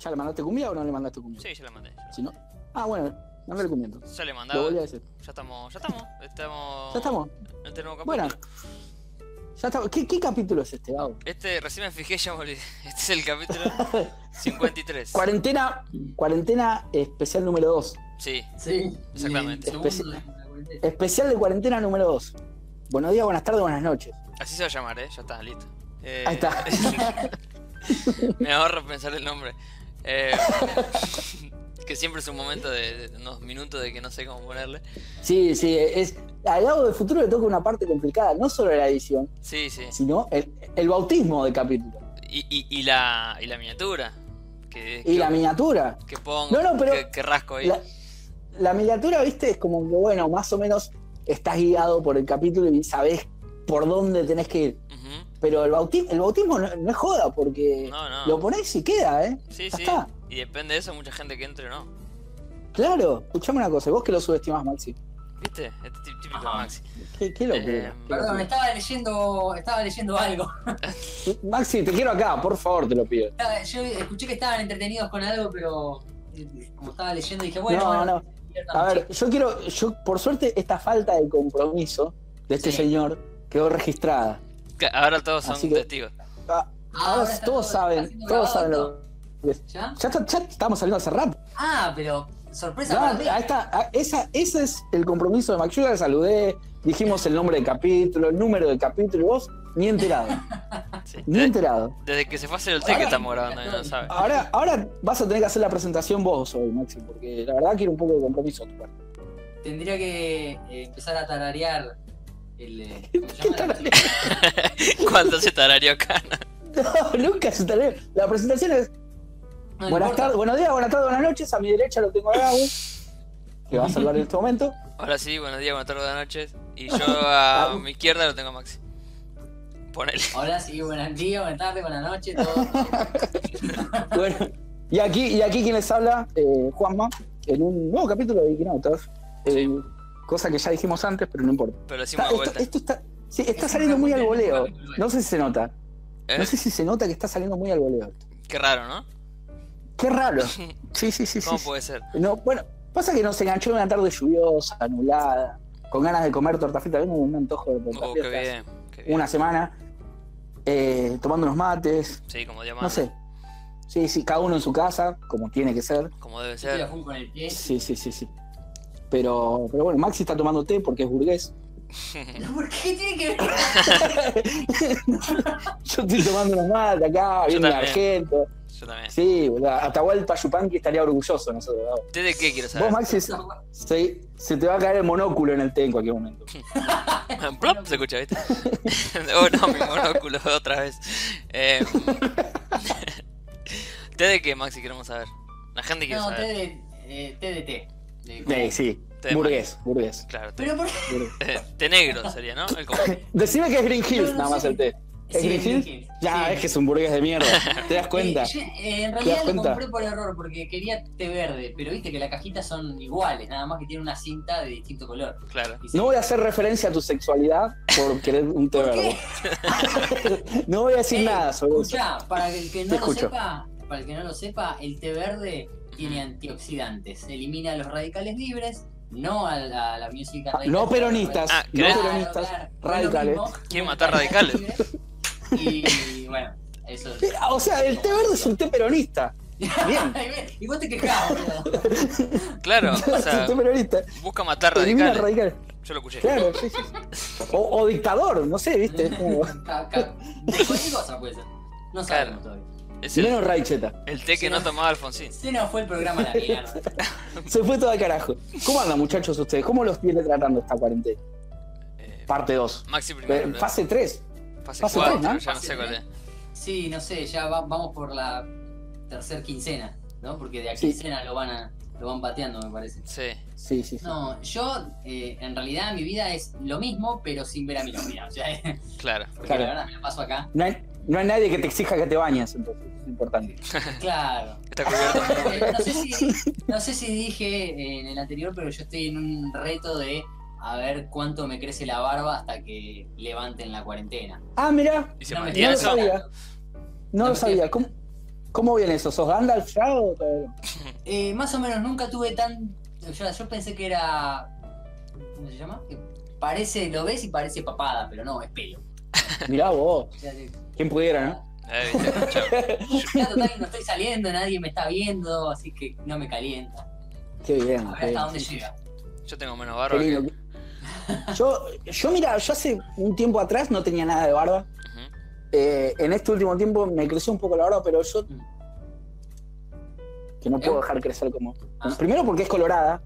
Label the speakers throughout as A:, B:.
A: ¿Ya le mandaste cumbia o no le mandaste cumbia?
B: eh, Sí, ya le mandé. ya le
A: Si no.
B: mandé.
A: Ah, bueno, no le cumbia entonces.
B: Ya le mandaba.
A: Lo volví a decir.
B: Ya estamos, ya estamos. Estamos.
A: Ya estamos.
B: En este nuevo capítulo.
A: Bueno. Ya estamos. ¿Qué, qué capítulo es este, Gabo?
B: Este, recién me fijé, ya me olvidé. Este es el capítulo 53.
A: Cuarentena, cuarentena especial número 2.
B: Sí,
C: Sí,
B: Exactamente.
C: y el segundo es la cuarentena.
A: Especial de cuarentena número 2. Buenos días, buenas tardes, buenas noches.
B: así se va a llamar, ¿eh? Ya está, listo. Eh,
A: Ahí está.
B: me ahorro pensar el nombre. Eh, que siempre es un momento de, de unos minutos de que no sé cómo ponerle.
A: Sí, sí, es. A Gabo del futuro le toca una parte complicada, no solo la edición,
B: Sí, sí.
A: sino el, el bautismo del capítulo.
B: Y, y, y la, y la miniatura. Que,
A: Y
B: que-
A: la miniatura.
B: que pongo,
A: No, no, pero-
B: que, que rasco ahí.
A: La, la miniatura, viste, es como que, bueno, más o menos estás guiado por el capítulo y sabés por dónde tenés que ir.
B: Ujú.
A: Pero el bautismo, el bautismo no, no es joda, porque
B: No, no.
A: lo ponés y queda, ¿eh?
B: Sí,
A: ya
B: sí.
A: está.
B: Y depende de eso, mucha gente que entre o no.
A: Claro, escuchame una cosa, vos que lo subestimás, Maxi.
B: ¿Viste? Este tí- típico
C: Ajá.
B: Maxi.
A: ¿Qué, qué locura,
B: Eh,
A: qué
C: Perdón,
A: locura.
C: estaba leyendo, estaba leyendo algo.
B: eh.
A: Maxi, te quiero acá, por favor, te lo pido.
C: Estaba- Yo escuché que estaban entretenidos con algo, pero eh, como estaba leyendo dije, bueno,
A: No,
C: bueno,
A: no.
C: diviertan,
A: A ver, yo quiero, yo, por suerte, esta falta de compromiso de este
C: Sí.
A: señor quedó registrada.
B: que Ahora todos son
A: Así que-
B: testigos.
A: Ah, Ahora,
C: Ahora
A: todos
C: está todo- está
A: saben,
C: siendo
A: todos saben
C: grabado
A: lo que es.
C: ¿Ya?
A: Ya, está- ya estamos saliendo hace rato.
C: Ah, pero sorpresa
A: No,
C: para ti.
A: ahí está, ah, esa, ese es el compromiso de Max. Yo ya le saludé, dijimos el nombre del capítulo, el número del capítulo, y vos ni enterado,
B: Sí.
A: ni Ah.
B: Desde,
A: enterado.
B: desde que se fue a hacer el té que estamos grabando, y no sabe.
A: Ahora, ahora vas a tener que hacer la presentación vos hoy, Maxi, porque la verdad quiero un poco de compromiso. de tu parte.
C: Tendría que eh, empezar a tararear el. eh, ¿cómo se
A: ¿Qué
C: llama?
A: tarareo?
B: ¿Cuánto se tarareó acá?
A: No, nunca se tarareo. La presentación es
C: No
A: buenas
C: importa.
A: tardes, buenos días, buenas tardes, buenas noches. A mi derecha lo tengo a Gabo, que va a saludar en este momento.
B: Ahora sí, buenos días, buenas tardes, buenas noches. Y yo a mi izquierda lo tengo a Maxi. Ponele.
C: Hola, sí, buenos días, buenas tardes, buenas noches, todo.
A: Bueno, y aquí, y aquí quien les habla, eh, Juanma, en un nuevo capítulo de Vikinautas. Eh,
B: Sí.
A: Cosa que ya dijimos antes, pero no importa.
B: Pero lo
A: Está-
B: hicimos de
A: esto,
B: vuelta.
A: esto está, sí, está
C: Es
A: saliendo
C: una
A: muy al
C: muy buena
A: voleo.
C: película.
A: No sé si se nota. No
B: ¿Eh?
A: sé si se nota que está saliendo muy al voleo. esto.
B: Qué raro, ¿no?
A: Qué raro. Sí, sí, sí. sí,
B: ¿Cómo
A: sí.
B: puede ser?
A: No, bueno, pasa que nos enganchó en una tarde lluviosa, anulada, con ganas de comer torta frita. Vengo con un antojo de torta
B: Oh,
A: frita
B: qué
A: hace
B: bien. Qué bien.
A: Una semana, eh, tomando unos mates,
B: Sí, como
A: no
B: diamante.
A: sé. Sí, sí, cada uno en su casa, como tiene que ser.
B: Como debe
C: Estoy a
B: ser.
C: full con el pie.
A: Sí, sí, sí, sí. Pero, pero bueno, Maxi está tomando té porque es burgués.
C: ¿Por qué tiene que ver?
A: Yo estoy tomando unos mates acá, viendo
B: también.
A: argento.
B: Yo también.
A: Sí, boludo. Atahualpa Yupanqui estaría orgulloso de nosotros. ¿no?
B: ¿Té de qué quiero
A: Vos,
B: saber?
A: Maxi, se, se- se te va a caer el monóculo en el té en cualquier momento.
B: Plop, se escucha, ¿viste? oh, no, mi monóculo, otra vez. Eh, ¿Té de qué, Maxi? Queremos saber. La gente quiere
C: No, eh,
B: saber.
C: TDT. de
A: Sí,
C: TDT.
A: sí.
B: Té
A: Burgués, burgués.
B: Claro, té, eh,
C: Pero por qué.
A: burgués.
B: té negro sería, ¿no? El común.
A: Decime que es Green Hills,
C: No, no
A: nada más
C: sé.
A: el té. ¿Es
C: Sí,
A: Green
C: sí,
A: Hills?
C: sí.
A: Ya,
C: Sí.
A: es que es un burgués de mierda. ¿Te das cuenta?
C: Eh, yo, eh, en
A: das
C: realidad lo
A: cuenta?
C: compré por error porque quería té verde, pero viste que las cajitas son iguales, nada más que tiene una cinta de distinto color.
B: Claro.
C: Y sí.
A: No voy a hacer referencia a tu sexualidad por querer un té verde. No voy a decir
C: Ey,
A: nada sobre eso.
C: Eh, Escuchá, para el que
A: Te
C: no lo
A: escucho.
C: sepa, para el que no lo sepa, el té verde tiene antioxidantes, elimina los radicales libres, no a la, a la música radical.
A: No peronistas,
B: Ah,
A: no
B: ¿querés?
A: peronistas, radicales.
B: Quieren matar radicales.
C: Y bueno, eso.
A: O sea, el té verde es un té peronista. Ah, Bien.
C: Ay, bien, Y vos te quejás, boludo.
B: Claro, o
A: es un
B: sea, eh.
A: té peronista.
B: busca matar
A: Elimina
B: radicales.
A: radicales.
B: Yo lo escuché.
A: Claro, sí, sí. sí. O, o dictador, no sé, viste. Es como-
C: Ca- ca- De cualquier cosa puede ser. No sabemos todavía.
B: Es el,
A: Menos raicheta.
B: el té que no tomaba Alfonsín.
C: Se nos Este fue el programa a la mierda.
A: Se fue todo a carajo. ¿Cómo andan, muchachos, ustedes? ¿Cómo los viene tratando esta cuarentena?
B: Eh,
A: Parte 2.
B: Maxi primero. Fase,
A: Fase 3. fase
B: 4,
A: tres, ¿no?
B: ya no sé cuál es.
C: Sí, no sé, ya va- vamos por la tercer quincena, ¿no? Porque de a
A: Sí.
C: quincena lo van a, lo van pateando, me parece.
B: Sí.
A: Sí, sí, sí.
C: No, yo eh, en realidad mi vida es lo mismo, pero sin ver a mi novia. O sea,
B: Claro.
C: porque
A: Claro.
C: la verdad me la paso acá.
A: No hay, no hay nadie que te exija que te bañes, entonces. Es importante.
C: Claro.
B: Está cubierto.
C: Eh, no, sé si, no sé si dije eh, en el anterior, pero yo estoy en un reto de a ver cuánto me crece la barba hasta que levanten la cuarentena.
A: Ah, mira,
B: ¿Y se
C: No me
B: mantiene eso?
A: estoy sabía. no
C: No,
A: lo
C: sí.
A: sabía. ¿Cómo, ¿Cómo viene eso? ¿Sos Gandalf ya o todavía no?
C: Eh, más o menos nunca tuve tan. Yo, yo pensé que era. ¿Cómo se llama? Que parece, lo ves y parece papada, pero no, es pelo.
A: Mirá vos,
C: O sea, que-
A: quien pudiera, ¿no?
B: Eh, viste, chao.
C: ya, total, no estoy saliendo, nadie me está viendo, así que no me calienta.
A: Qué bien.
C: A
A: qué
C: ver hasta
A: bien.
C: dónde llega.
B: Yo tengo menos
A: Qué
B: barba que.
A: lindo. Yo, yo mira, yo hace un tiempo atrás no tenía nada de barba.
B: Ujú.
A: Eh, en este último tiempo me creció un poco la barba, pero yo que no puedo dejar crecer como.
C: Ah.
A: Primero porque es colorada,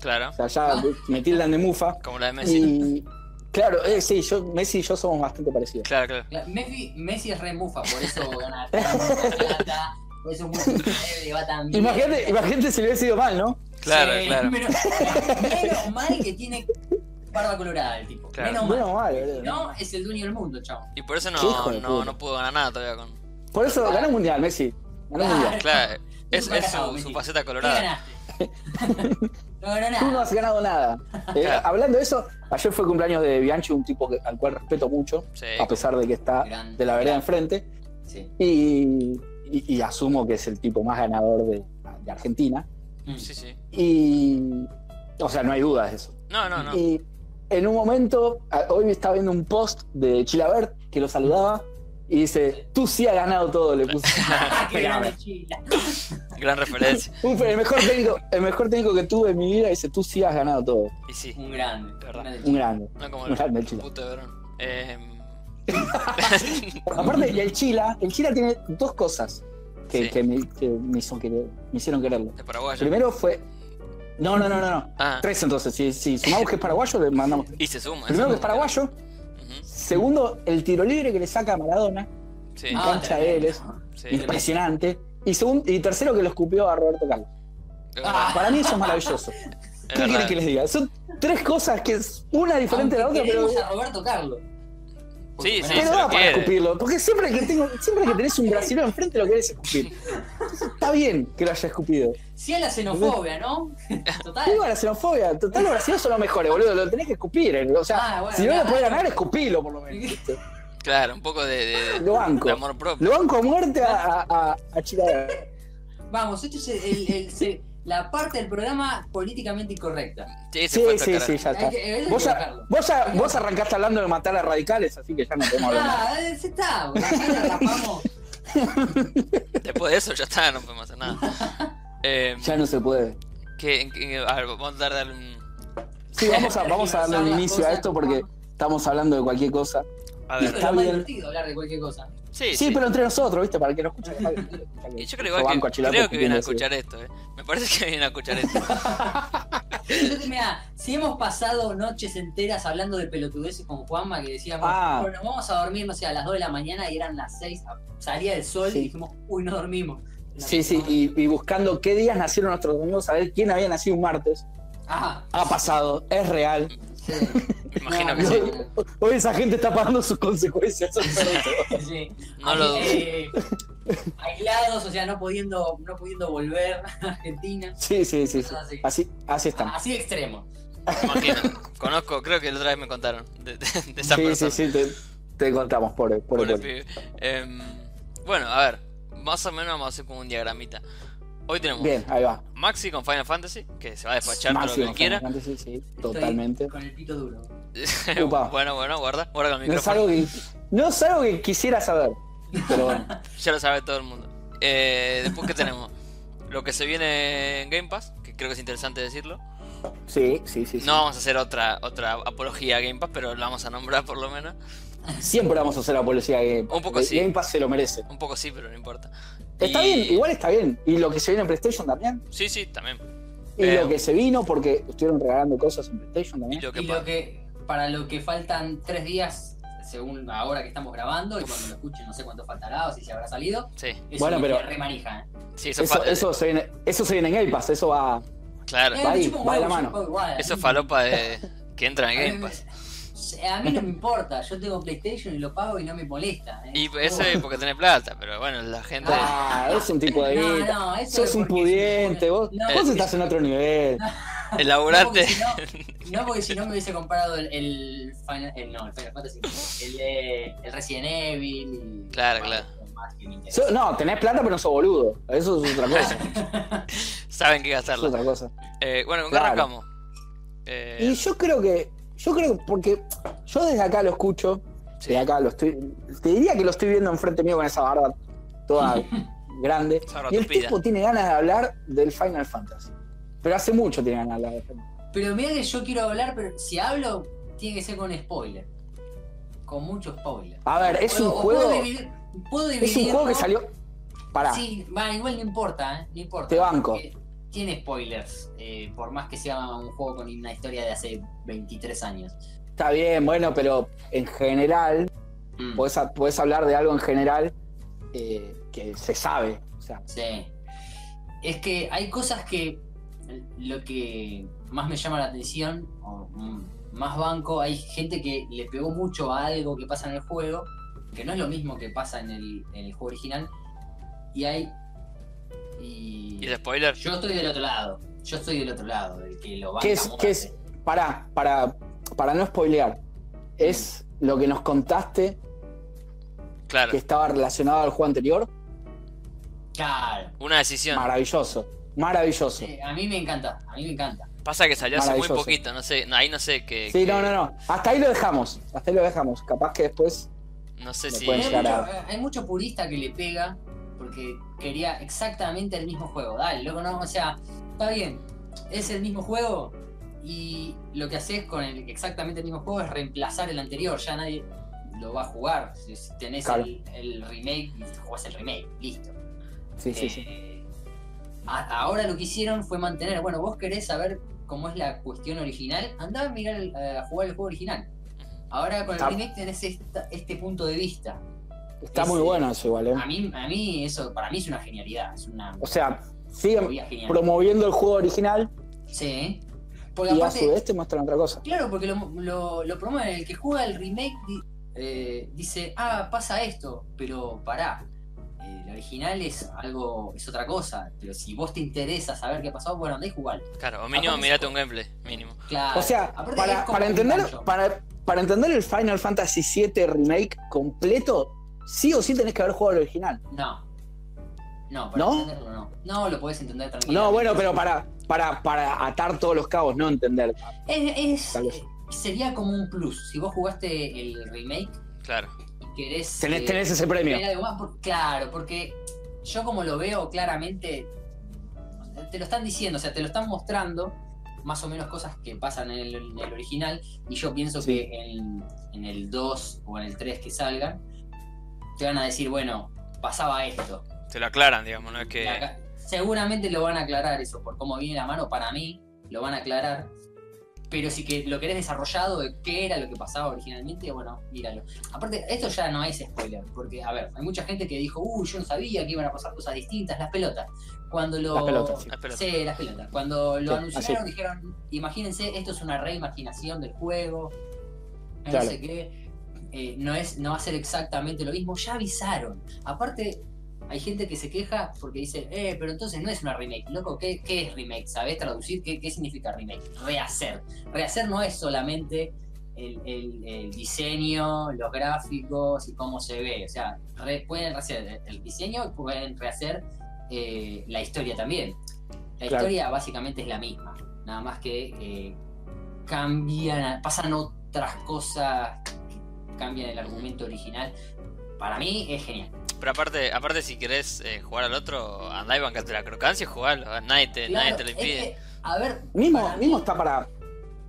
B: Claro,
A: o sea, ya me tildan de mufa.
B: como la de Messi.
A: Y claro, eh, sí, yo, Messi y yo somos bastante parecidos.
B: Claro, claro.
C: La- Messi, Messi es re mufa, por eso gana tanta plata, por eso es muy célebre, va tan bien.
A: Imagínate, imagínate si le hubiese ido mal, ¿no?
B: Claro,
C: Sí,
B: claro.
C: Menos, menos mal que tiene barba colorada el tipo.
B: Claro.
C: Menos mal.
A: Bueno, mal, boludo.
C: No, es el dueño del mundo, chavo.
B: Y por eso
A: Qué hijo
B: no,
A: de
B: no,
A: puta.
B: no pudo ganar nada todavía con.
A: Por eso ganó un mundial, Messi. Ganó un mundial.
B: Claro, es,
C: Nunca
B: es
C: ganado,
B: su, su
C: Messi.
B: faceta
C: ¿Qué
B: colorada.
C: ganaste? no ganó
A: Tú no
C: nada.
A: has ganado nada. Eh,
B: Claro.
A: Hablando de eso, ayer fue cumpleaños de Bianchi, un tipo que- al cual respeto mucho,
B: Sí,
A: a pesar de que está
C: Grande.
A: de la vereda enfrente.
C: Sí.
A: Y, y- y asumo que es el tipo más ganador de, de Argentina.
C: Mm.
B: sí, sí.
A: Y. O sea, no hay dudas de eso.
B: No, no, no.
A: Y en un momento, a- hoy estaba viendo un post de Chilabert que lo saludaba y dice: Tú sí has ganado todo, le puse.
C: Ah, qué
A: Pero,
C: grande chila.
B: Gran referencia.
A: Uf, el, mejor técnico, el mejor técnico que tuve en mi vida dice: Tú sí has ganado todo.
B: Y sí,
C: Un grande.
B: De verdad.
A: Un
C: un grande chila.
A: grande.
B: no como
A: Un
B: el
A: grande el Chila.
B: puto de Verón. Eh,
A: Aparte, el Chila, el Chila tiene dos cosas que,
B: Sí.
A: que me, que me hizo querer- me hicieron quererlo.
B: de Paraguay.
A: Primero fue. No, no, no, no. no.
B: Ah,
A: Tres entonces. Si, si sumamos que es paraguayo, le mandamos.
B: y se suma. se
A: Primero que
B: suma.
A: es paraguayo.
B: Ujú,
A: Segundo, el tiro libre que le saca a Maradona.
B: Sí,
A: Ah. Concha de Vélez.
B: sí.
A: Impresionante. Y, segun- y tercero, que lo escupió a Roberto Carlos. Ah,
B: Es verdad,
A: Para mí eso es maravilloso.
B: Ah. es
A: ¿Qué quieren
B: verdad.
A: que les diga? Son tres cosas que es una diferente
C: Aunque
A: de la otra, pero.
C: queremos a Roberto Carlos.
B: Sí, sí,
A: Pero
B: se
A: da
B: lo
A: para
B: quiere.
A: escupirlo, porque siempre que, tengo, siempre que tenés un brasileño enfrente lo querés escupir. Entonces, está bien que lo haya escupido.
C: Sí a la xenofobia, ¿no? Total.
A: Digo la xenofobia, total los brasileños son los mejores, boludo, lo tenés que escupir. eh. O sea,
C: Ah, bueno,
A: si no lo
C: claro.
A: podés ganar, escupilo por lo menos. ¿viste?
B: Claro, un poco de, de-
A: Lo banco.
B: de amor propio.
A: Lo banco a muerte a, a, a, a Chicago.
C: Vamos, esto es el- el- se- la parte del programa políticamente incorrecta.
B: Sí, se
A: Sí,
B: fue hasta
A: sí,
B: el
A: sí, ya
C: Hay
A: está.
C: que- hay que
A: Vos, ya,
C: colocarlo.
A: vos, ya- vos arrancaste hablando de matar a radicales, así que ya no podemos hablar. más.
C: Ah, se está, boludo. Ya la rapamos.
B: carajo. Después de eso ya está, no podemos hacer nada. Eh,
A: Ya no se puede.
B: que, en- que- a ver, vamos a tratar de darle un...
A: Sí, vamos a, vamos a darle un inicio a esto porque estamos hablando de cualquier cosa.
B: A ver,
C: Esto es
A: Está
C: lo más
A: bien.
C: divertido hablar de cualquier cosa.
B: sí,
A: Sí,
B: sí.
A: pero entre nosotros, ¿viste? Para que lo escuchen.
B: Y yo creo, igual que, creo que vienen a escuchar esto, eh. Me parece que vienen a escuchar esto.
C: Yo te- Mirá, si hemos pasado noches enteras hablando de pelotudeces con Juanma, que decíamos,
A: Ah.
C: bueno, vamos a dormir, no sé, a las 2 de la mañana y eran las 6, salía el sol
A: Sí.
C: y dijimos, uy, no dormimos.
A: Sí, sí, y, y buscando qué días nacieron nuestros amigos, a ver quién había nacido un martes.
C: Ajá,
A: Ha pasado, es real.
C: Ah, sí.
B: Me imagino
C: No,
B: que
C: no,
B: sí.
A: Hoy esa gente está pagando sus consecuencias. son perfectos.
C: sí.
B: No lo dudo.
C: Eh, aislados, o sea, no pudiendo, no pudiendo volver a Argentina.
A: Sí, sí, sí. sí.
B: Ah,
C: Así.
A: Así, así estamos.
C: Así de extremo.
B: Me imagino. Conozco, creo que la otra vez me contaron de, de- de esa
A: Sí, sí,
B: persona.
A: sí, te, te contamos, pobre, pobre,
B: Pobre
A: pobre.
B: pibe. Em, bueno, a ver. Más o menos vamos a hacer como un diagramita. Hoy tenemos
A: Bien, ahí va.
B: Maxi con Final Fantasy, que se va a despachar todo lo
A: Máximo,
B: que quiera.
A: Fantasy, sí, sí,
C: Estoy
A: totalmente.
C: Con el pito duro.
A: Upa.
B: bueno, bueno, guarda, guarda con el
A: No es,
B: micrófono.
A: algo que, no es algo que quisiera saber, pero bueno.
B: Ya lo sabe todo el mundo. Eh, después, ¿qué tenemos? Lo que se viene en Game Pass, que creo que es interesante decirlo.
A: Sí, sí, sí. sí.
B: No vamos a hacer otra otra apología a Game Pass, pero la vamos a nombrar por lo menos.
A: Siempre vamos a hacer la policía de Game Pass.
B: Un poco sí.
A: Game Pass se lo merece.
B: Un poco sí, pero no importa.
A: Está
B: Y-
A: bien, igual está bien. Y lo que se viene en PlayStation también.
B: Sí, sí, también.
A: Y
B: Eh,
A: lo que se vino, porque estuvieron regalando cosas en PlayStation
B: Y
A: también.
B: lo que
C: Y
B: pasa.
C: lo que, para lo que faltan tres días, según ahora que estamos grabando, y cuando lo escuchen no sé cuánto faltará o si se habrá salido,
B: Sí,
C: es
A: Bueno,
C: una
A: pero-
C: remanija. ¿eh?
B: sí, eso,
A: Eso,
B: fa-
A: eso, se viene, eso se viene en Game Pass, eso va.
B: Claro,
C: Eh,
A: va
C: me
A: ahí,
C: chupa un
A: va de la
C: huevo,
A: mano.
C: chupa igual. ¿eh?
B: eso es falopa de que entra
C: A
B: en
C: mí
B: Game
C: me-
B: Pass.
C: A mí no me importa, yo tengo PlayStation y lo pago y no me molesta. ¿eh?
B: Y eso es porque tenés plata, pero bueno, la gente.
A: Ah, es un tipo de
C: No,
A: vida.
C: no, eso
A: Sos
C: es
A: un
C: porque-
A: pudiente, vos,
C: No,
A: vos estás en otro nivel.
B: El
C: No, porque
B: laburante.
C: si no, no, porque si no me hubiese comprado el, el, Final, el- no, el Final Fantasy, el, de- el Resident Evil. y-
B: Claro, claro.
C: más que me interesa.
A: So- no, tenés plata, pero no sos boludo. Eso es otra cosa. eso
B: Saben qué
A: es
B: gastarla.
A: otra cosa.
B: Eh, bueno, ¿con
A: Claro.
B: qué arrancamos? Eh,
A: Y yo creo que. Yo creo que. Porque yo desde acá lo escucho.
B: sí.
A: Desde acá lo estoy. Te diría que lo estoy viendo enfrente mío con esa barba toda grande.
B: Esa barba
A: Y el
B: tupida.
A: tipo tiene ganas de hablar del Final Fantasy. Pero hace mucho tiene ganas de hablar del Final
C: Pero mira que yo quiero hablar, pero si hablo, tiene que ser con spoiler. Con mucho spoiler.
A: A ver, es
C: O-
A: un
C: o
A: juego.
C: Puedo dividir, puedo
A: Es un juego que
C: dividirlo.
A: salió. Pará.
C: Sí, va, igual no importa, ¿eh? No importa.
A: Te banco.
C: porque Tiene spoilers, eh, por más que sea un juego con una historia de hace 23 años.
A: Está bien, bueno, pero en general.
C: Mm,
A: Podés, a- podés hablar de algo en general eh, que se sabe. O sea,
C: Sí. Es que hay cosas que lo que más me llama la atención, o mm, más banco, hay gente que le pegó mucho a algo que pasa en el juego, que no es lo mismo que pasa en el, en el juego original, y hay... Y,
B: ¿Y el spoiler?
C: yo estoy del otro lado, yo estoy del otro lado, el que lo banca
A: ¿Qué es,
C: a
A: qué es,
C: muerte.
A: para, para, para no spoilear, es
C: Mm.
A: lo que nos contaste
B: Claro.
A: que estaba relacionado al juego anterior.
C: Claro.
B: Una decisión.
A: Maravilloso, maravilloso.
C: Sí, a mí me encanta, a mí me encanta.
B: Pasa que salió hace muy
A: Maravilloso.
B: poquito, no sé, no, ahí no sé qué.
A: Sí,
B: qué-
A: no, no, no. Hasta ahí lo dejamos, hasta ahí lo dejamos. Capaz que después.
B: No sé
A: Me
B: si.
A: pueden
C: hay,
A: llegar
C: mucho, eh, hay mucho purista que le pega porque quería exactamente el mismo juego. Dale, loco, no, o sea, está bien, es el mismo juego y lo que haces con el exactamente el mismo juego es reemplazar el anterior, ya nadie lo va a jugar. Si si tenés
A: Claro.
C: el, el remake, jugás el remake, listo.
A: Sí, sí, sí.
C: Eh, a- ahora lo que hicieron fue mantener, bueno, vos querés saber cómo es la cuestión original, andá a mirar, el- a jugar el juego original. Ahora con el
A: Ah.
C: remake tenés esta- este punto de vista.
A: Está
C: sí,
A: muy
C: sí.
A: bueno eso igual, ¿eh?
C: A mí, a mí eso, para mí es una genialidad, es una
A: O sea, siguen
C: movida genial.
A: promoviendo el juego original
C: Sí. ¿eh? Porque
A: y a su
C: aparte,
A: vez te muestran otra cosa.
C: claro, porque lo, lo, lo promueve, el que juega el remake di- eh, dice, ah, pasa esto, pero pará. eh, El original es algo, es otra cosa, pero si vos te interesa saber qué pasó, bueno, andá y jugalo.
B: Claro, o mínimo,
C: Aparte-
B: mirate un gameplay, mínimo.
C: Claro.
A: O sea,
C: Aparte es
A: para,
C: como
A: para
C: un
A: entender,
C: gancho.
A: para, para entender el Final Fantasy VII Remake completo, sí o sí tenés que haber jugado el original.
C: No. No, para
A: ¿No?
C: entenderlo no. No, lo podés entender tranquilo.
A: No, bueno, pero para, para, para atar todos los cabos, no entender.
C: Es,
A: Tal
C: es-
A: vez.
C: sería como un plus. Si vos jugaste el remake
B: Claro.
C: y querés.
A: Tenés,
C: eh,
A: tenés ese premio.
C: ver algo más, por- claro, porque yo como lo veo claramente. Te lo están diciendo, o sea, te lo están mostrando más o menos cosas que pasan en el, en el original. Y yo pienso
A: Sí.
C: que en, en el 2 o en el 3 que salgan, te van a decir, bueno, pasaba esto.
B: Te lo aclaran, digamos, no es que.
C: La ca- seguramente lo van a aclarar eso, por cómo viene la mano, para mí lo van a aclarar. Pero si que lo querés desarrollado de qué era lo que pasaba originalmente, bueno, míralo. Aparte, esto ya no es spoiler, porque, a ver, hay mucha gente que dijo, uy, yo no sabía que iban a pasar cosas distintas, las pelotas. Cuando lo.
A: Las pelotas, sí.
B: Ah, espera.
C: Sí, las pelotas. Cuando lo
A: Sí,
C: anunciaron, dijeron, imagínense, esto es una reimaginación del juego. No
A: Claro.
C: sé qué. eh, no, es, no va a ser exactamente lo mismo. Ya avisaron. Aparte, hay gente que se queja porque dice, eh, pero entonces no es una remake. Loco, ¿qué, qué es remake? ¿Sabés traducir? ¿Qué, qué significa remake? Rehacer. Rehacer no es solamente el, el- el diseño, los gráficos y cómo se ve. O sea, re- pueden rehacer el diseño y pueden rehacer eh, la historia también. La
A: Claro.
C: historia básicamente es la misma, nada más que eh, cambian, pasan otras cosas, que cambian el argumento original. Para mí es genial.
B: Pero aparte, aparte si querés eh, jugar al otro, andá y bancate la crocancia y jugalo. a Nadie te, Eh, nadie
C: Claro,
B: te lo
C: es
B: impide.
C: que, a ver,
A: Mismo,
C: para mí-
A: mismo está para.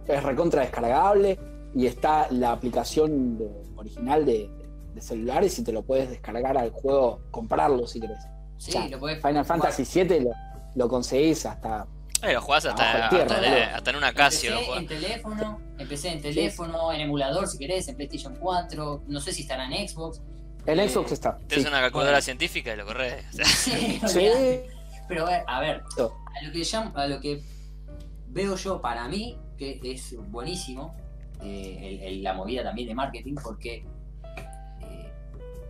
A: Es recontra descargable y está la aplicación de- original de, de celulares y te lo puedes descargar al juego, comprarlo si querés.
C: sí,
A: ya,
C: lo podés
A: Final
C: jugar.
A: Fantasy VII lo, lo conseguís hasta.
B: Eh, lo jugás hasta,
A: Abajo de
B: hasta,
A: tierra,
B: en-
C: boludo.
B: hasta en una Casio. Lo
C: Empecé eh, en
B: jugás.
C: teléfono, empecé en teléfono, en emulador si querés, en PlayStation 4, no sé si estará en Xbox.
A: En
C: Eh,
A: Xbox está.
B: Tenés
A: sí.
B: una calculadora
C: Bueno.
B: científica y lo corres. O sea,
C: Sí, olvidate.
A: Sí,
C: Pero a ver, a ver,
A: Todo.
C: a lo que, llam- a lo que veo yo para mí, que es buenísimo, eh, el- el- la movida también de marketing, porque eh,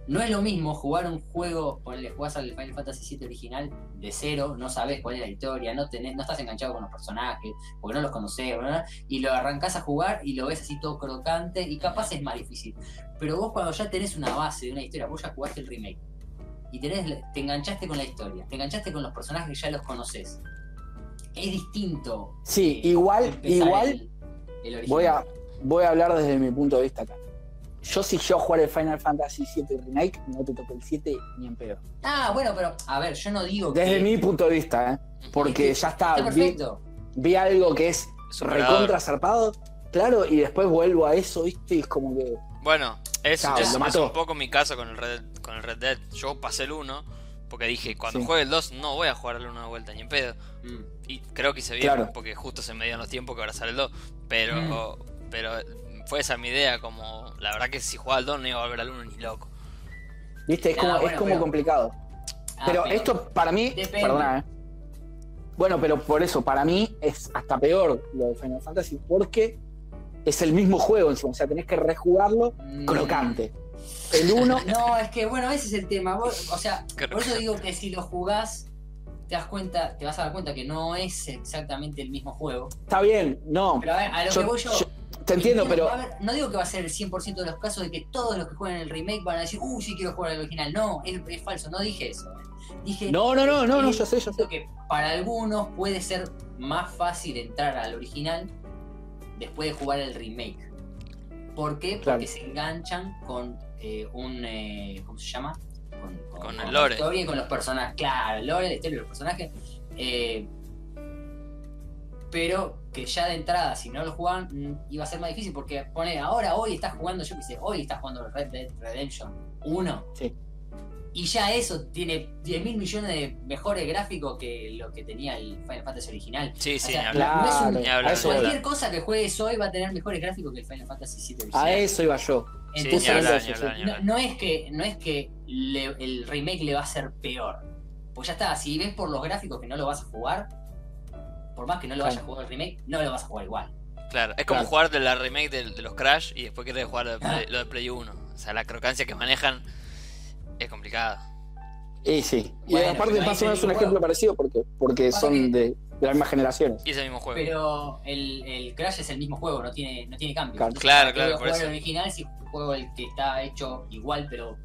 C: no es lo mismo jugar un juego, ponele, jugás al Final Fantasy VII original de cero, no sabes cuál es la historia, no tenés, no estás enganchado con los personajes, porque no los conocés, ¿verdad? y lo arrancás a jugar y lo ves así todo crocante, y capaz es más difícil. Pero vos cuando ya tenés una base de una historia, vos ya jugaste el remake. y tenés, la- te enganchaste con la historia, te enganchaste con los personajes que ya los conoces. Es distinto.
A: Sí,
C: eh,
A: igual,
C: empezar
A: igual
C: el- el original.
A: voy a, voy a hablar desde mi punto de vista acá. Yo si yo jugar el Final Fantasy VII Remake, no te toco el 7 ni en pedo.
C: Ah, bueno, pero a ver, yo no digo
A: Desde
C: que.
A: mi punto de vista, ¿eh? Porque ya
C: Está
A: está, vi,
C: perfecto.
A: vi algo que es
B: Superador.
A: recontra zarpado, claro, y después vuelvo a eso, ¿viste? Y es como que...
B: Bueno, es,
A: Chao,
B: es-
A: lo
B: es
A: mató.
B: un poco mi caso con el Red, con el Red Dead. Yo pasé el 1 porque dije, cuando
A: Sí.
B: juegue el 2 no voy a jugar al 1 de vuelta, ni en pedo.
C: Mm.
B: Y creo que hice bien,
A: Claro.
B: porque justo se me dieron los tiempos que ahora sale el 2. Pero,
C: Mm.
B: pero fue esa mi idea, como la verdad que si jugaba al 2 no iba a volver al 1 ni loco.
A: ¿Viste? Es
C: Ah,
A: como, es
C: bueno,
A: como
C: pero-
A: complicado.
C: Ah,
A: pero esto para mí...
C: Depende.
A: Perdona, ¿eh? Bueno, pero por eso, para mí es hasta peor lo de Final Fantasy porque es el mismo juego encima. O sea, tenés que rejugarlo
C: Mm.
A: crocante. El 1...
C: No, es que bueno, ese es el tema. Vos- o sea,
B: Creo
C: por eso
B: que-
C: digo que si lo jugás, te das cuenta, te vas a dar cuenta que no es exactamente el mismo juego.
A: Está bien, no.
C: Pero a ver, a lo
A: Yo-
C: que voy yo.
A: yo te entiendo, pero
C: va a haber- no digo que va a ser el 100% de los casos de que todos los que juegan el remake van a decir, uh, sí quiero jugar el original. No, es, es falso, no dije eso. Dije.
A: No, no, no, no, no,
C: es
A: yo sé, yo sé.
C: que para algunos puede ser más fácil entrar al original después de jugar el remake. ¿Por qué? Porque
A: Claro.
C: se enganchan con eh, un. eh, ¿Cómo se llama? Con,
B: Con el
C: la
B: lore.
C: historia y con los personajes. Claro, el lore, la historia y los personajes. Eh, pero que ya de entrada, si no lo jugaban, mm, iba a ser más difícil. Porque pone, ahora, hoy estás jugando, yo qué sé, hoy estás jugando Red Dead Redemption 1.
A: Sí.
C: Y ya eso tiene 10 mil millones de mejores gráficos que lo que tenía el Final Fantasy original.
B: Sí, sí,
C: o sea,
B: ni hablar.
A: Claro,
C: no
B: es un-
A: a eso,
B: Ni
A: iba,
C: Cualquier cosa que juegues hoy va a tener mejores gráficos que el Final Fantasy VII
A: a
C: original.
A: eso iba yo.
B: Sí, ni
C: Entonces,
B: hablar,
A: eso,
B: ni
A: sí.
B: hablar, ni
C: no,
B: hablar.
C: no es que, no es que le- el remake le va a ser peor. Pues ya está, si ves por los gráficos que no lo vas a jugar, por más que no lo
A: Claro.
C: vayas a jugar el remake, no lo vas a jugar igual.
B: Claro, es como
A: Claro.
B: jugar de la remake del- de, los Crash y después querés jugar lo de, Play, lo de Play 1. O sea, la crocancia que manejan es complicada.
A: Y sí. Y
C: Bueno,
A: aparte
C: pero ahí
A: más o menos
C: tenés
A: un
C: un
A: ejemplo
C: juego.
A: parecido porque, porque
C: Pasa
A: son
C: que-
A: de, de las mismas generaciones.
B: Y es el mismo juego.
C: Pero el, el Crash es el mismo juego, no tiene, no tiene cambio.
A: Claro.
B: Claro,
C: Yo
B: claro,
C: voy a
B: por
C: jugar
B: eso.
C: el original si juego el que está hecho igual pero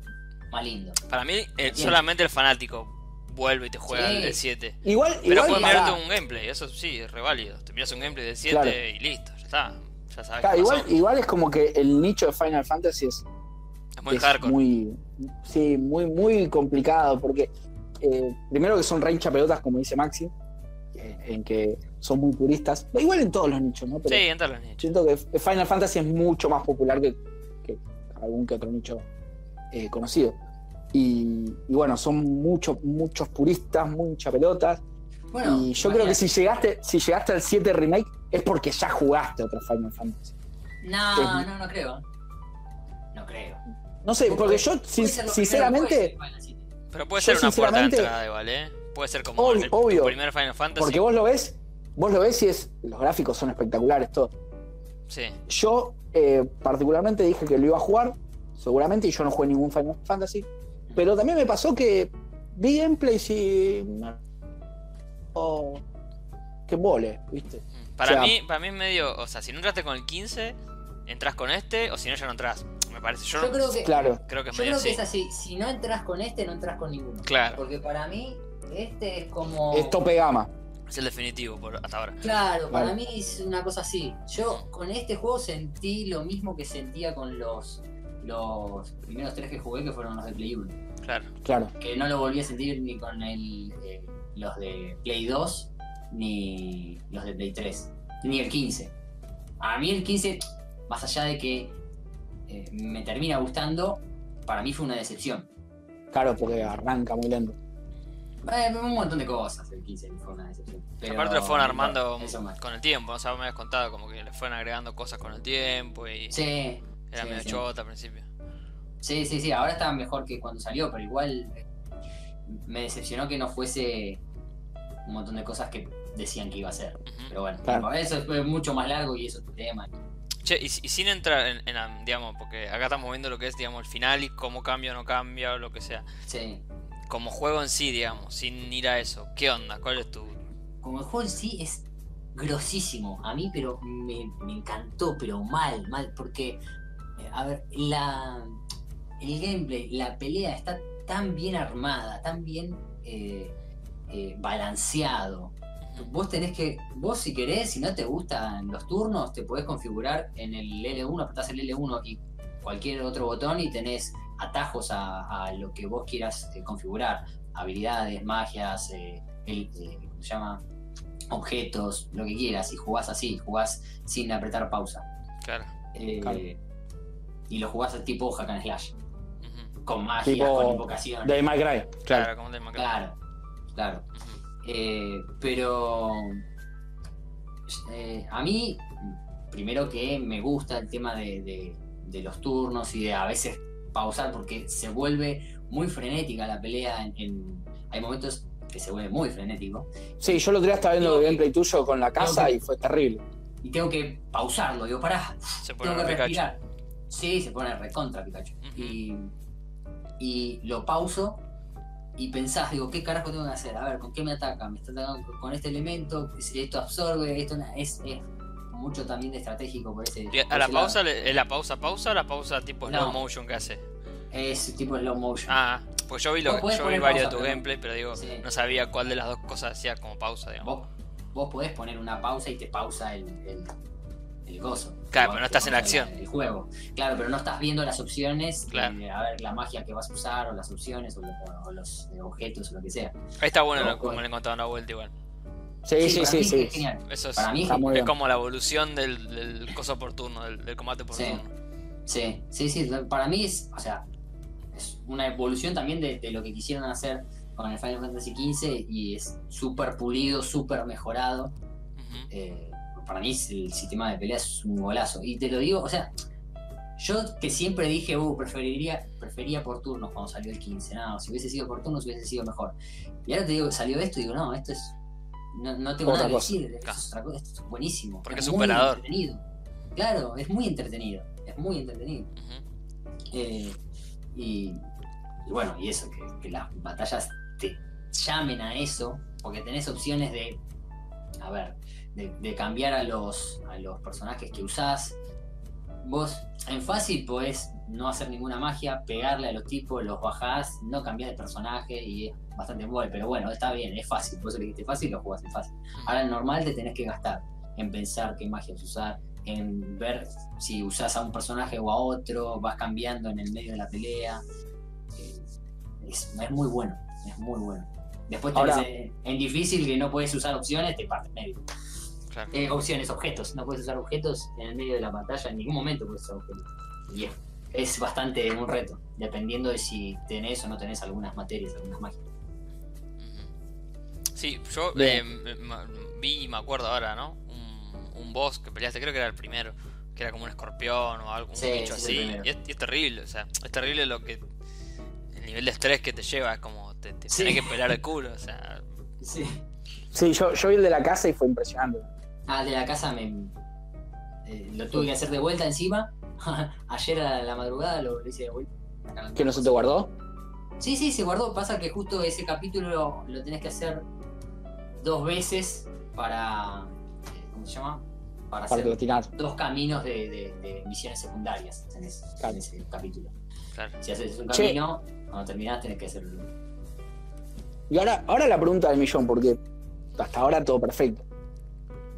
C: más lindo.
B: Para mí, el- solamente el fanático vuelve y te juega
C: Sí.
B: el del 7.
A: Igual,
B: Pero
A: igual
B: puedes
A: pará.
B: mirarte un gameplay, eso sí, es reválido. Te miras un gameplay del 7
A: Claro.
B: y listo, ya está. Ya sabes.
A: Claro,
B: qué pasó.
A: igual, igual es como que el nicho de Final Fantasy es
B: es muy
A: es
B: hardcore.
A: muy- sí, muy, muy complicado porque eh, primero que son re pelotas, como dice Maxi, eh, en que son muy puristas. Igual en todos los nichos, ¿no? Pero
B: Sí, entra los nichos.
A: siento que Final Fantasy es mucho más popular que, que algún que otro nicho eh, conocido. Y, y bueno, son muchos, muchos puristas, muchas pelotas.
C: Bueno,
A: y yo
C: imagínate.
A: creo que si llegaste, si llegaste al 7 remake es porque ya jugaste otro Final Fantasy.
C: No, no, no creo. No creo.
A: No sé, porque yo
C: Puede
A: sin-
C: ser lo primero
A: sinceramente,
C: que puede ser Final Fantasy.
B: Pero puede
A: Yo,
B: ser una puerta de
A: sinceramente-
B: entrada igual, ¿eh? Puede ser como
A: Ob-
B: el, tu
A: obvio.
B: primer Final Fantasy.
A: porque vos lo ves, vos lo ves y es, los gráficos son espectaculares, todo.
B: Sí.
A: Yo eh, particularmente dije que lo iba a jugar, seguramente, y yo no jugué ningún Final Fantasy. Pero también me pasó que vi gameplays y. O. que vole, ¿viste?
B: Para
A: O sea-
B: mí, para mí es medio, o sea, si no entraste con el 15, entras con este o si no ya no entras. Me parece. Yo,
C: Yo creo que
A: Claro.
B: creo que es
C: yo
B: medio
C: creo
B: así.
C: que es así, si no entras con este no entras con ninguno.
B: Claro,
C: Porque para mí este es como
A: Es tope gama.
B: es el definitivo por hasta ahora.
C: Claro, para
A: Claro.
C: mí es una cosa así. Yo con este juego sentí lo mismo que sentía con los los primeros tres que jugué que fueron los de Play 1.
B: Claro.
A: Claro.
C: que no lo volví a sentir ni con el, eh, los de Play 2, ni los de Play 3, ni el 15. A mí el 15, más allá de que eh, me termina gustando, para mí fue una decepción.
A: Claro, porque arranca muy lento.
C: Eh, un montón de cosas el 15 fue una decepción. Pero-
B: Aparte lo fueron armando
C: eso más.
B: con el tiempo, o sea, me habías contado como que le fueron agregando cosas con el tiempo y
C: Sí,
B: era
C: sí,
B: medio
C: sí.
B: chota al principio.
C: sí, sí, sí, ahora está mejor que cuando salió, pero igual eh, me decepcionó que no fuese un montón de cosas que decían que iba a ser.
B: Ujú.
C: Pero bueno,
A: Claro.
C: eso fue mucho más largo y eso es tu tema.
B: Che, y, y sin entrar en, en, am, digamos, porque acá estamos viendo lo que es, digamos, el final y cómo cambia o no cambia o lo que sea.
C: Sí.
B: Como juego en sí, digamos, sin ir a eso. ¿Qué onda? ¿Cuál es tu...?
C: Como el juego en sí es grosísimo. A mí, pero me, me encantó, pero mal, mal. Porque, eh, a ver, la, el gameplay, la pelea está tan bien armada, tan bien eh, eh, balanceado. Vos tenés que, vos si querés, si no te gustan los turnos, te podés configurar en el L1, apretás el L1 y cualquier otro botón y tenés atajos a, a lo que vos quieras eh, configurar. Habilidades, magias, eh, el- eh, ¿cómo se llama? objetos, lo que quieras. Y jugás así, jugás sin apretar pausa.
B: Claro.
C: Eh,
A: Claro.
C: Y lo jugás tipo hack and slash.
B: Ujú.
C: Con magias,
A: Tipo
C: con invocaciones.
A: De My Cry,
B: Claro, como del Minecraft.
C: Claro, claro.
B: Ujú.
C: Eh, pero eh, a mí, primero que me gusta el tema de, de- de los turnos y de a veces pausar porque se vuelve muy frenética la pelea. En, en- hay momentos que se vuelve muy frenético
A: Sí, yo lo otro día estaba viendo
C: Tengo que-
A: gameplay tuyo con la casa
C: que-
A: y fue terrible.
C: y tengo que pausarlo. Digo, pará,
B: Se pone
C: tengo que
B: un Pikachu.
C: respirar. Sí, se pone recontra Pikachu.
B: Ujú.
C: y, y lo pauso y pensás, digo, ¿qué carajo tengo que hacer? A ver, ¿con qué me ataca? ¿Me está atacando con- con este elemento? Si esto absorbe, esto na- es, es mucho también de estratégico por ese.
B: Y
C: por
B: ¿A la
C: ese lado.
B: pausa? le- ¿Es la pausa pausa o la pausa tipo slow
C: No.
B: motion que hace?
C: Es tipo slow motion.
B: Ah, pues yo vi, lo,
C: Vos podés
B: yo vi
C: poner
B: varios de
C: pausa,
B: tu
C: pero-
B: gameplay, pero digo,
C: Sí.
B: no sabía cuál de las dos cosas hacía como pausa, digamos.
C: Vos, vos podés poner una pausa y te pausa el, el, el gozo.
B: Claro, pero no
C: Vos te
B: estás en la
C: pausa
B: acción.
C: El juego. Claro, pero no estás viendo las opciones.
B: Claro.
C: eh, a ver, la magia que vas a usar, o las opciones, o, lo- o los eh, objetos, o lo que sea.
B: Ahí está bueno
C: No,
B: lo- como
C: bueno.
B: le encontraron la vuelta igual.
A: Sí, sí,
C: para
A: sí,
C: mí
A: sí.
C: Es genial.
B: Eso es,
C: Para mí es
A: Está muy
B: es
A: bien.
B: como la evolución del, del coso por turno, del, del combate por
C: Sí.
B: turno.
C: Sí, sí, sí. lo- Para mí es, o sea, es una evolución también de, de lo que quisieron hacer con el Final Fantasy XV y es súper pulido, súper mejorado.
B: Ujú.
C: Eh, para mí es- el sistema de peleas es un golazo. Y te lo digo, o sea, yo que siempre dije, uh, preferiría, prefería por turnos cuando salió el 15. No, si hubiese sido por turnos hubiese sido mejor. Y ahora te digo, salió esto y digo, no, esto es. No, no tengo
A: Otra
C: nada
A: cosa.
C: que decir. Esto
B: Claro.
C: es, otra cosa, esto es buenísimo.
B: Porque es
C: muy
B: superador.
C: entretenido. Claro, es muy entretenido. Es muy entretenido.
B: Ujú.
C: Eh, y, y bueno, y eso, que, que las batallas te llamen a eso, porque tenés opciones de, a ver, de, de cambiar a los, a los personajes que usás. Vos en fácil podés no hacer ninguna magia, pegarle a los tipos, los bajás, no cambiar de personaje y es bastante bueno, pero bueno, está bien, es fácil, por eso le dijiste fácil, lo jugás en fácil. Ahora en normal te tenés que gastar en pensar qué magias usar, en ver si usás a un personaje o a otro, vas cambiando en el medio de la pelea. Eh, Es, es muy bueno, es muy bueno. Después tenés
A: Ahora-
C: eh, en difícil que no puedes usar opciones, te parte el medio.
B: Claro.
C: Eh, opciones, objetos, no puedes usar objetos en el medio de la batalla, en ningún momento puedes usar objetos. Y es- es bastante un reto, dependiendo de si tenés o no tenés algunas materias, algunas magias.
B: Ujú. Sí, yo
A: Bien.
B: eh, me- me- vi y me acuerdo ahora, ¿no? Un, un boss que peleaste, creo que era el primero, que era como un escorpión o algo, un
C: Sí,
B: bicho
C: ese es el
B: así.
C: primero.
B: Y es, y es terrible, o sea, es terrible lo que. El nivel de estrés que te lleva, es como te, te
C: Sí.
B: tenés que pelar el culo, o sea.
C: Sí.
A: Sí, yo, yo vi el de la casa y fue impresionante.
C: Ah, el de la casa me. eh, lo tuve que hacer de vuelta encima. Ayer a la madrugada lo, lo hice de vuelta.
A: ¿Que no se te guardó?
C: Sí, sí, se guardó. Pasa que justo ese capítulo lo, lo tenés que hacer dos veces para. eh, ¿Cómo se llama?
A: Para
C: Para hacer
A: platinar.
C: dos caminos de, de- de misiones secundarias en ese, en
A: Claro.
C: ese capítulo.
B: Claro.
C: Si haces un
A: Che.
C: camino, cuando terminás tenés que hacer.
A: Y ahora, ahora la pregunta del millón, porque hasta ahora todo perfecto.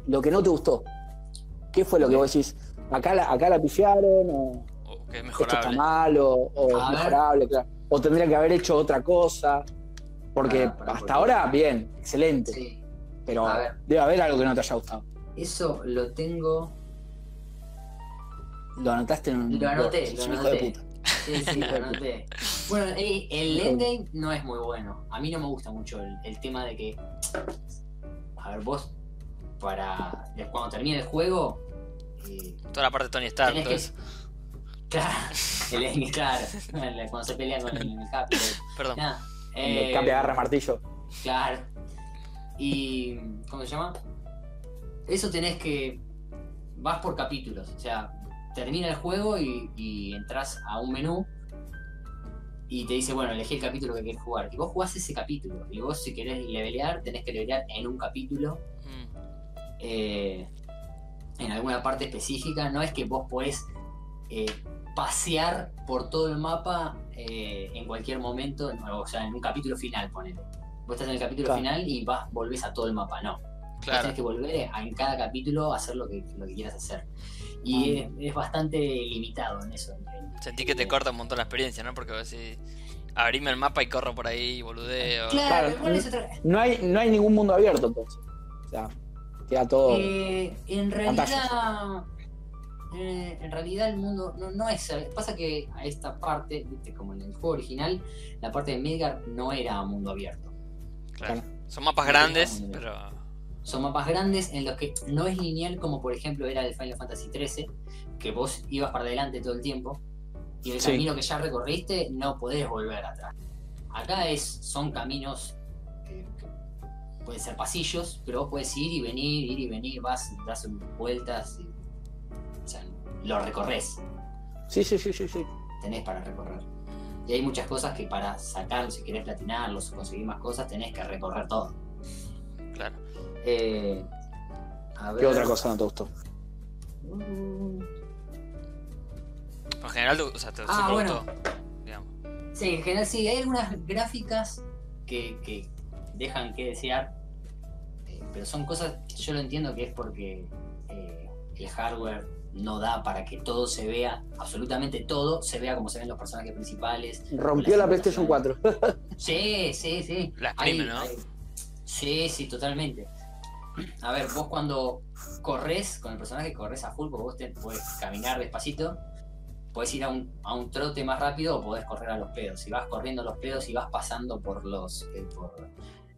A: Lo que no te gustó, ¿qué fue lo que vos decís? Acá la, acá la pifiaron, o
B: O que es
A: esto está
B: mejorable.
A: mal, o, o
C: A
A: es
C: ver.
A: mejorable, claro. O tendría que haber hecho otra cosa. Porque
C: Pará, Ah, pará,
A: hasta
C: porque-
A: ahora, bien, excelente.
C: Sí.
A: pero
C: A ver.
A: debe haber algo que no te haya gustado.
C: Eso lo tengo.
A: Lo anotaste en un.
C: Lo anoté,
A: es
C: lo
A: un hijo
C: anoté.
A: de puta.
C: Sí, sí, lo noté. Bueno, el, el endgame no es muy bueno. A mí no me gusta mucho el, el tema de que. A ver, vos, para. de- Cuando termine el juego. eh,
B: Toda la parte de Tony Stark,
C: Tenés
B: todo
C: que-
B: eso.
C: claro, el endgame, claro. Cuando se pelea con el, el Cap.
B: Perdón.
C: Nada,
A: Cuando
C: eh,
A: el Capi agarra martillo.
C: Claro. Y. ¿Cómo se llama? Eso tenés que. Vas por capítulos. O sea, termina el juego y, y entras a un menú. Y te dice, bueno, elegí el capítulo que querés jugar. Y vos jugás ese capítulo. Y vos, si querés levelear, tenés que levelear en un capítulo.
B: Mm,
C: eh, en alguna parte específica. No es que vos podés eh, pasear por todo el mapa eh, en cualquier momento, o sea, en un capítulo final, ponele. Vos estás en el capítulo
A: Claro.
C: final y vas, volvés a todo el mapa, no. Vos
B: Claro.
C: Tienes que volver a- en cada capítulo a hacer lo que, lo que quieras hacer. Y es, es bastante limitado en eso.
B: Sentí que te corta un montón la experiencia, ¿no? Porque vos decís, abrime el mapa y corro por ahí, boludeo.
A: Claro,
C: Claro, igual es otra-
A: No hay, no hay ningún mundo abierto, entonces. O sea, queda todo.
C: Eh, en
A: Pantallas.
C: realidad, eh, en realidad el mundo no, no es. Pasa que a esta parte, viste, como en el juego original, la parte de Midgar no era mundo abierto.
B: Claro. Son mapas grandes, pero.
C: Son mapas grandes en los que no es lineal como por ejemplo era el Final Fantasy XIII, que vos ibas para adelante todo el tiempo y el
A: Sí.
C: camino que ya recorriste no podés volver atrás. Acá es, son caminos que, que pueden ser pasillos, pero vos podés ir y venir, ir y venir, vas, das vueltas, y, o sea, lo recorres,
A: Sí, sí, sí, sí, sí.
C: tenés para recorrer. Y hay muchas cosas que para sacarlos, si querés platinarlos o conseguir más cosas, tenés que recorrer todo.
B: Claro.
C: Eh, a
A: ¿Qué
C: ver.
A: otra cosa no te gustó?
C: Mm,
B: En general, o sea, te
C: Ah,
B: super
C: bueno.
B: gustó, digamos.
C: Sí, en general sí, hay algunas gráficas que, que dejan que desear, eh, pero son cosas, yo lo entiendo que es porque eh, el hardware no da para que todo se vea, absolutamente todo se vea como se ven los personajes principales.
A: Rompió la PlayStation 4.
C: Sí, sí, sí.
B: La exprime,
C: Hay-
B: ¿no?
C: hay- Sí, sí, totalmente. A ver, vos cuando corres con el personaje, corres a full, porque vos te podés caminar despacito, podés ir a un, a un trote más rápido o podés correr a los pedos. Si vas corriendo a los pedos y vas pasando por los, eh, por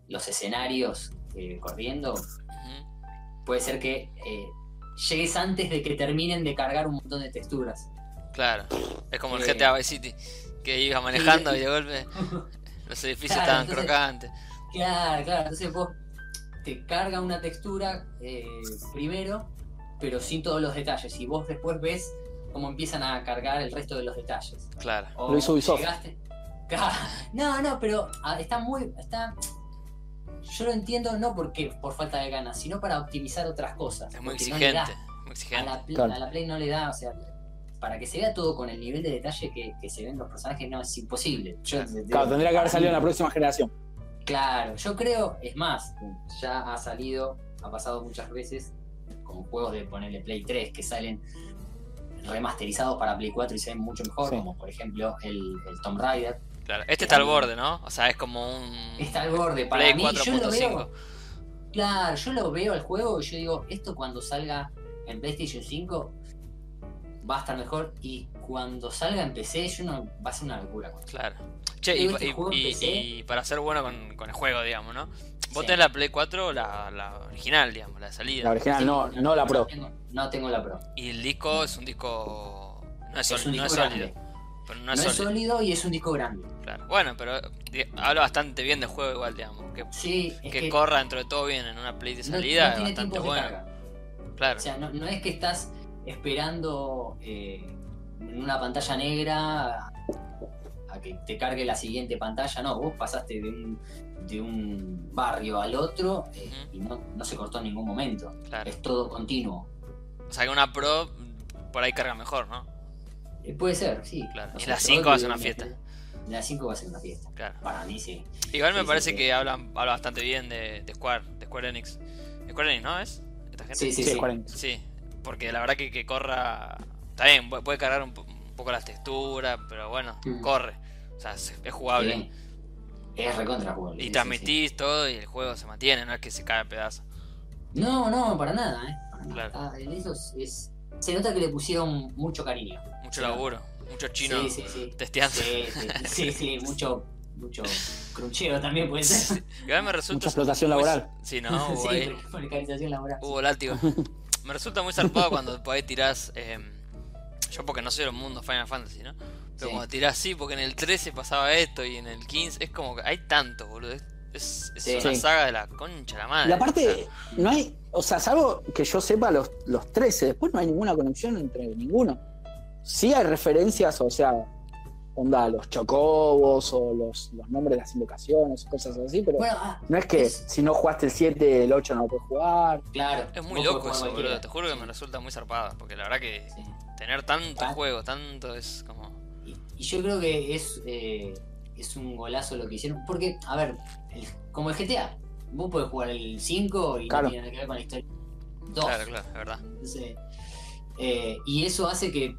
C: los escenarios eh, corriendo,
B: Ujú.
C: puede ser que eh, llegues antes de que terminen de cargar un montón de texturas.
B: Claro. Es como el
C: Sí.
B: GTA Vice City, que iba manejando y de golpe los edificios estaban
C: Claro, entonces-
B: crocantes.
C: Claro, claro. Entonces vos te carga una textura eh, primero, pero sin todos los detalles. Y vos después ves cómo empiezan a cargar el resto de los detalles.
B: Claro.
C: O
A: Lo hizo Ubisoft.
C: llegaste- Claro. No, no, pero ah, está muy. está. Yo lo entiendo no porque por falta de ganas, sino para optimizar otras cosas.
B: Es muy
C: porque no le da.
B: exigente. Muy
C: a,
B: exigente.
C: la Play,
A: Claro.
C: a la Play no le da, o sea, para que se vea todo con el nivel de detalle que, que se ven los personajes, no, es imposible. Yo,
A: Claro, tendría que haber salido en la próxima generación.
C: Claro, yo creo, es más, ya ha salido, ha pasado muchas veces con juegos de ponerle Play 3 que salen remasterizados para Play 4 y se ven mucho mejor,
A: Sí.
C: como por ejemplo el, el Tomb Raider.
B: Claro. Este está al borde, ¿no? O sea, es como un.
C: Está al borde para
B: Play
C: mí. Yo lo veo,
B: 4.5.
C: claro, yo lo veo al juego y yo digo, esto cuando salga en PlayStation 5 va a estar mejor y cuando salga en PC yo no, va a ser una locura.
B: Claro. Che,
C: Yo
B: y,
C: este
B: y-
C: juego
B: y-
C: empecé-
B: y para ser bueno con, con el juego, digamos, ¿no? Vos
C: Sí.
B: tenés la Play 4, la, la original, digamos, la de salida.
A: La original, no, no la pro.
C: tengo- no tengo la pro.
B: Y el disco es un disco. No es,
C: Es
B: sólido,
C: un
B: no es
C: disco
B: sólido.
C: grande.
B: Pero no
C: No
B: es
C: es
B: sólido.
C: sólido y es un disco grande.
B: claro. Bueno, pero di- habla bastante bien del juego, igual, digamos. Que,
C: Sí, es
B: que
C: que
B: corra dentro de todo bien en una play de
C: no-
B: salida
C: no tiene
B: es bastante
C: tiempos de
B: bueno.
C: carga.
B: Claro,
C: O sea, no, no es que estás esperando eh, en una pantalla negra a- a que te cargue la siguiente pantalla. No, vos pasaste de un, de un barrio al otro eh,
B: Ujú.
C: y no, no se cortó en ningún momento.
B: claro.
C: Es todo continuo.
B: O sea, que una Pro por ahí carga mejor, ¿no?
C: Eh, puede ser, sí.
B: Claro.
C: O
B: Y
C: sea,
B: la
C: yo
B: 5 va a
C: creo
B: ser una
C: que
B: fiesta.
C: La 5 va a ser una fiesta.
B: Claro.
C: Para mí sí.
B: Igual me
C: Sí, sí,
B: parece
C: sí.
B: que hablan habla bastante bien de, de Square, de Square Enix. Square Enix, ¿no es? Esta gente.
C: Sí, sí,
A: Sí,
C: sí.
A: 40.
B: Sí, porque la verdad que, que corra. Está bien, pu- puede cargar un, po- un poco las texturas, pero bueno,
C: Mm.
B: corre. O sea, es, es jugable.
C: Sí. Es recontra jugable,
B: Y
C: sí, sí, sí.
B: transmitís todo y el juego se mantiene, no es que se cae a pedazos.
C: No, no, para nada, ¿eh? Para nada.
B: Claro.
C: Ah, en eso es- es- Se nota que le pusieron mucho cariño.
B: Mucho
C: Sí.
B: laburo, mucho chino
C: Sí, sí, sí.
B: testeando.
C: Sí, sí, sí, sí, mucho, mucho cruncheo también puede ser.
B: Igual me resulta.
A: Mucha explotación
B: muy-
A: laboral.
B: Sí, no, hubo,
C: sí,
B: ahí-
C: pre- precarización laboral.
B: hubo látigo. Me resulta muy zarpado cuando por ahí tirás. em, yo, porque no soy del mundo Final Fantasy, ¿no? Pero
C: Sí.
B: cuando tirás sí, porque en el 13 pasaba esto y en el 15. Es como que hay tanto, boludo. Es, es- es
C: Sí.
B: una
A: Sí.
B: saga de la concha, de la madre.
A: Y
B: O sea,
A: aparte, no hay. O sea, salvo que yo sepa los, los 13, después no hay ninguna conexión entre ninguno. Sí hay referencias, o sea, onda, los chocobos o los, los nombres de las invocaciones, cosas así, pero
C: Bueno, ah,
A: no es que
C: es-
A: si no jugaste el 7, el 8 no lo puedes jugar.
C: claro.
B: Es muy
C: vos
B: loco
C: podés
B: eso,
C: jugar
B: boludo.
C: cualquiera.
B: Te juro que me resulta muy zarpado. Porque la verdad que
C: Sí.
B: tener tanto
C: Ah.
B: juego, tanto es como.
C: Y- Y yo creo que es, eh, es un golazo lo que hicieron. Porque, a ver, el- como el GTA, vos podés jugar el 5 y
A: Claro.
C: no tiene nada que ver con la historia. 2.
B: Claro, claro, es verdad.
C: Entonces, eh, y eso hace que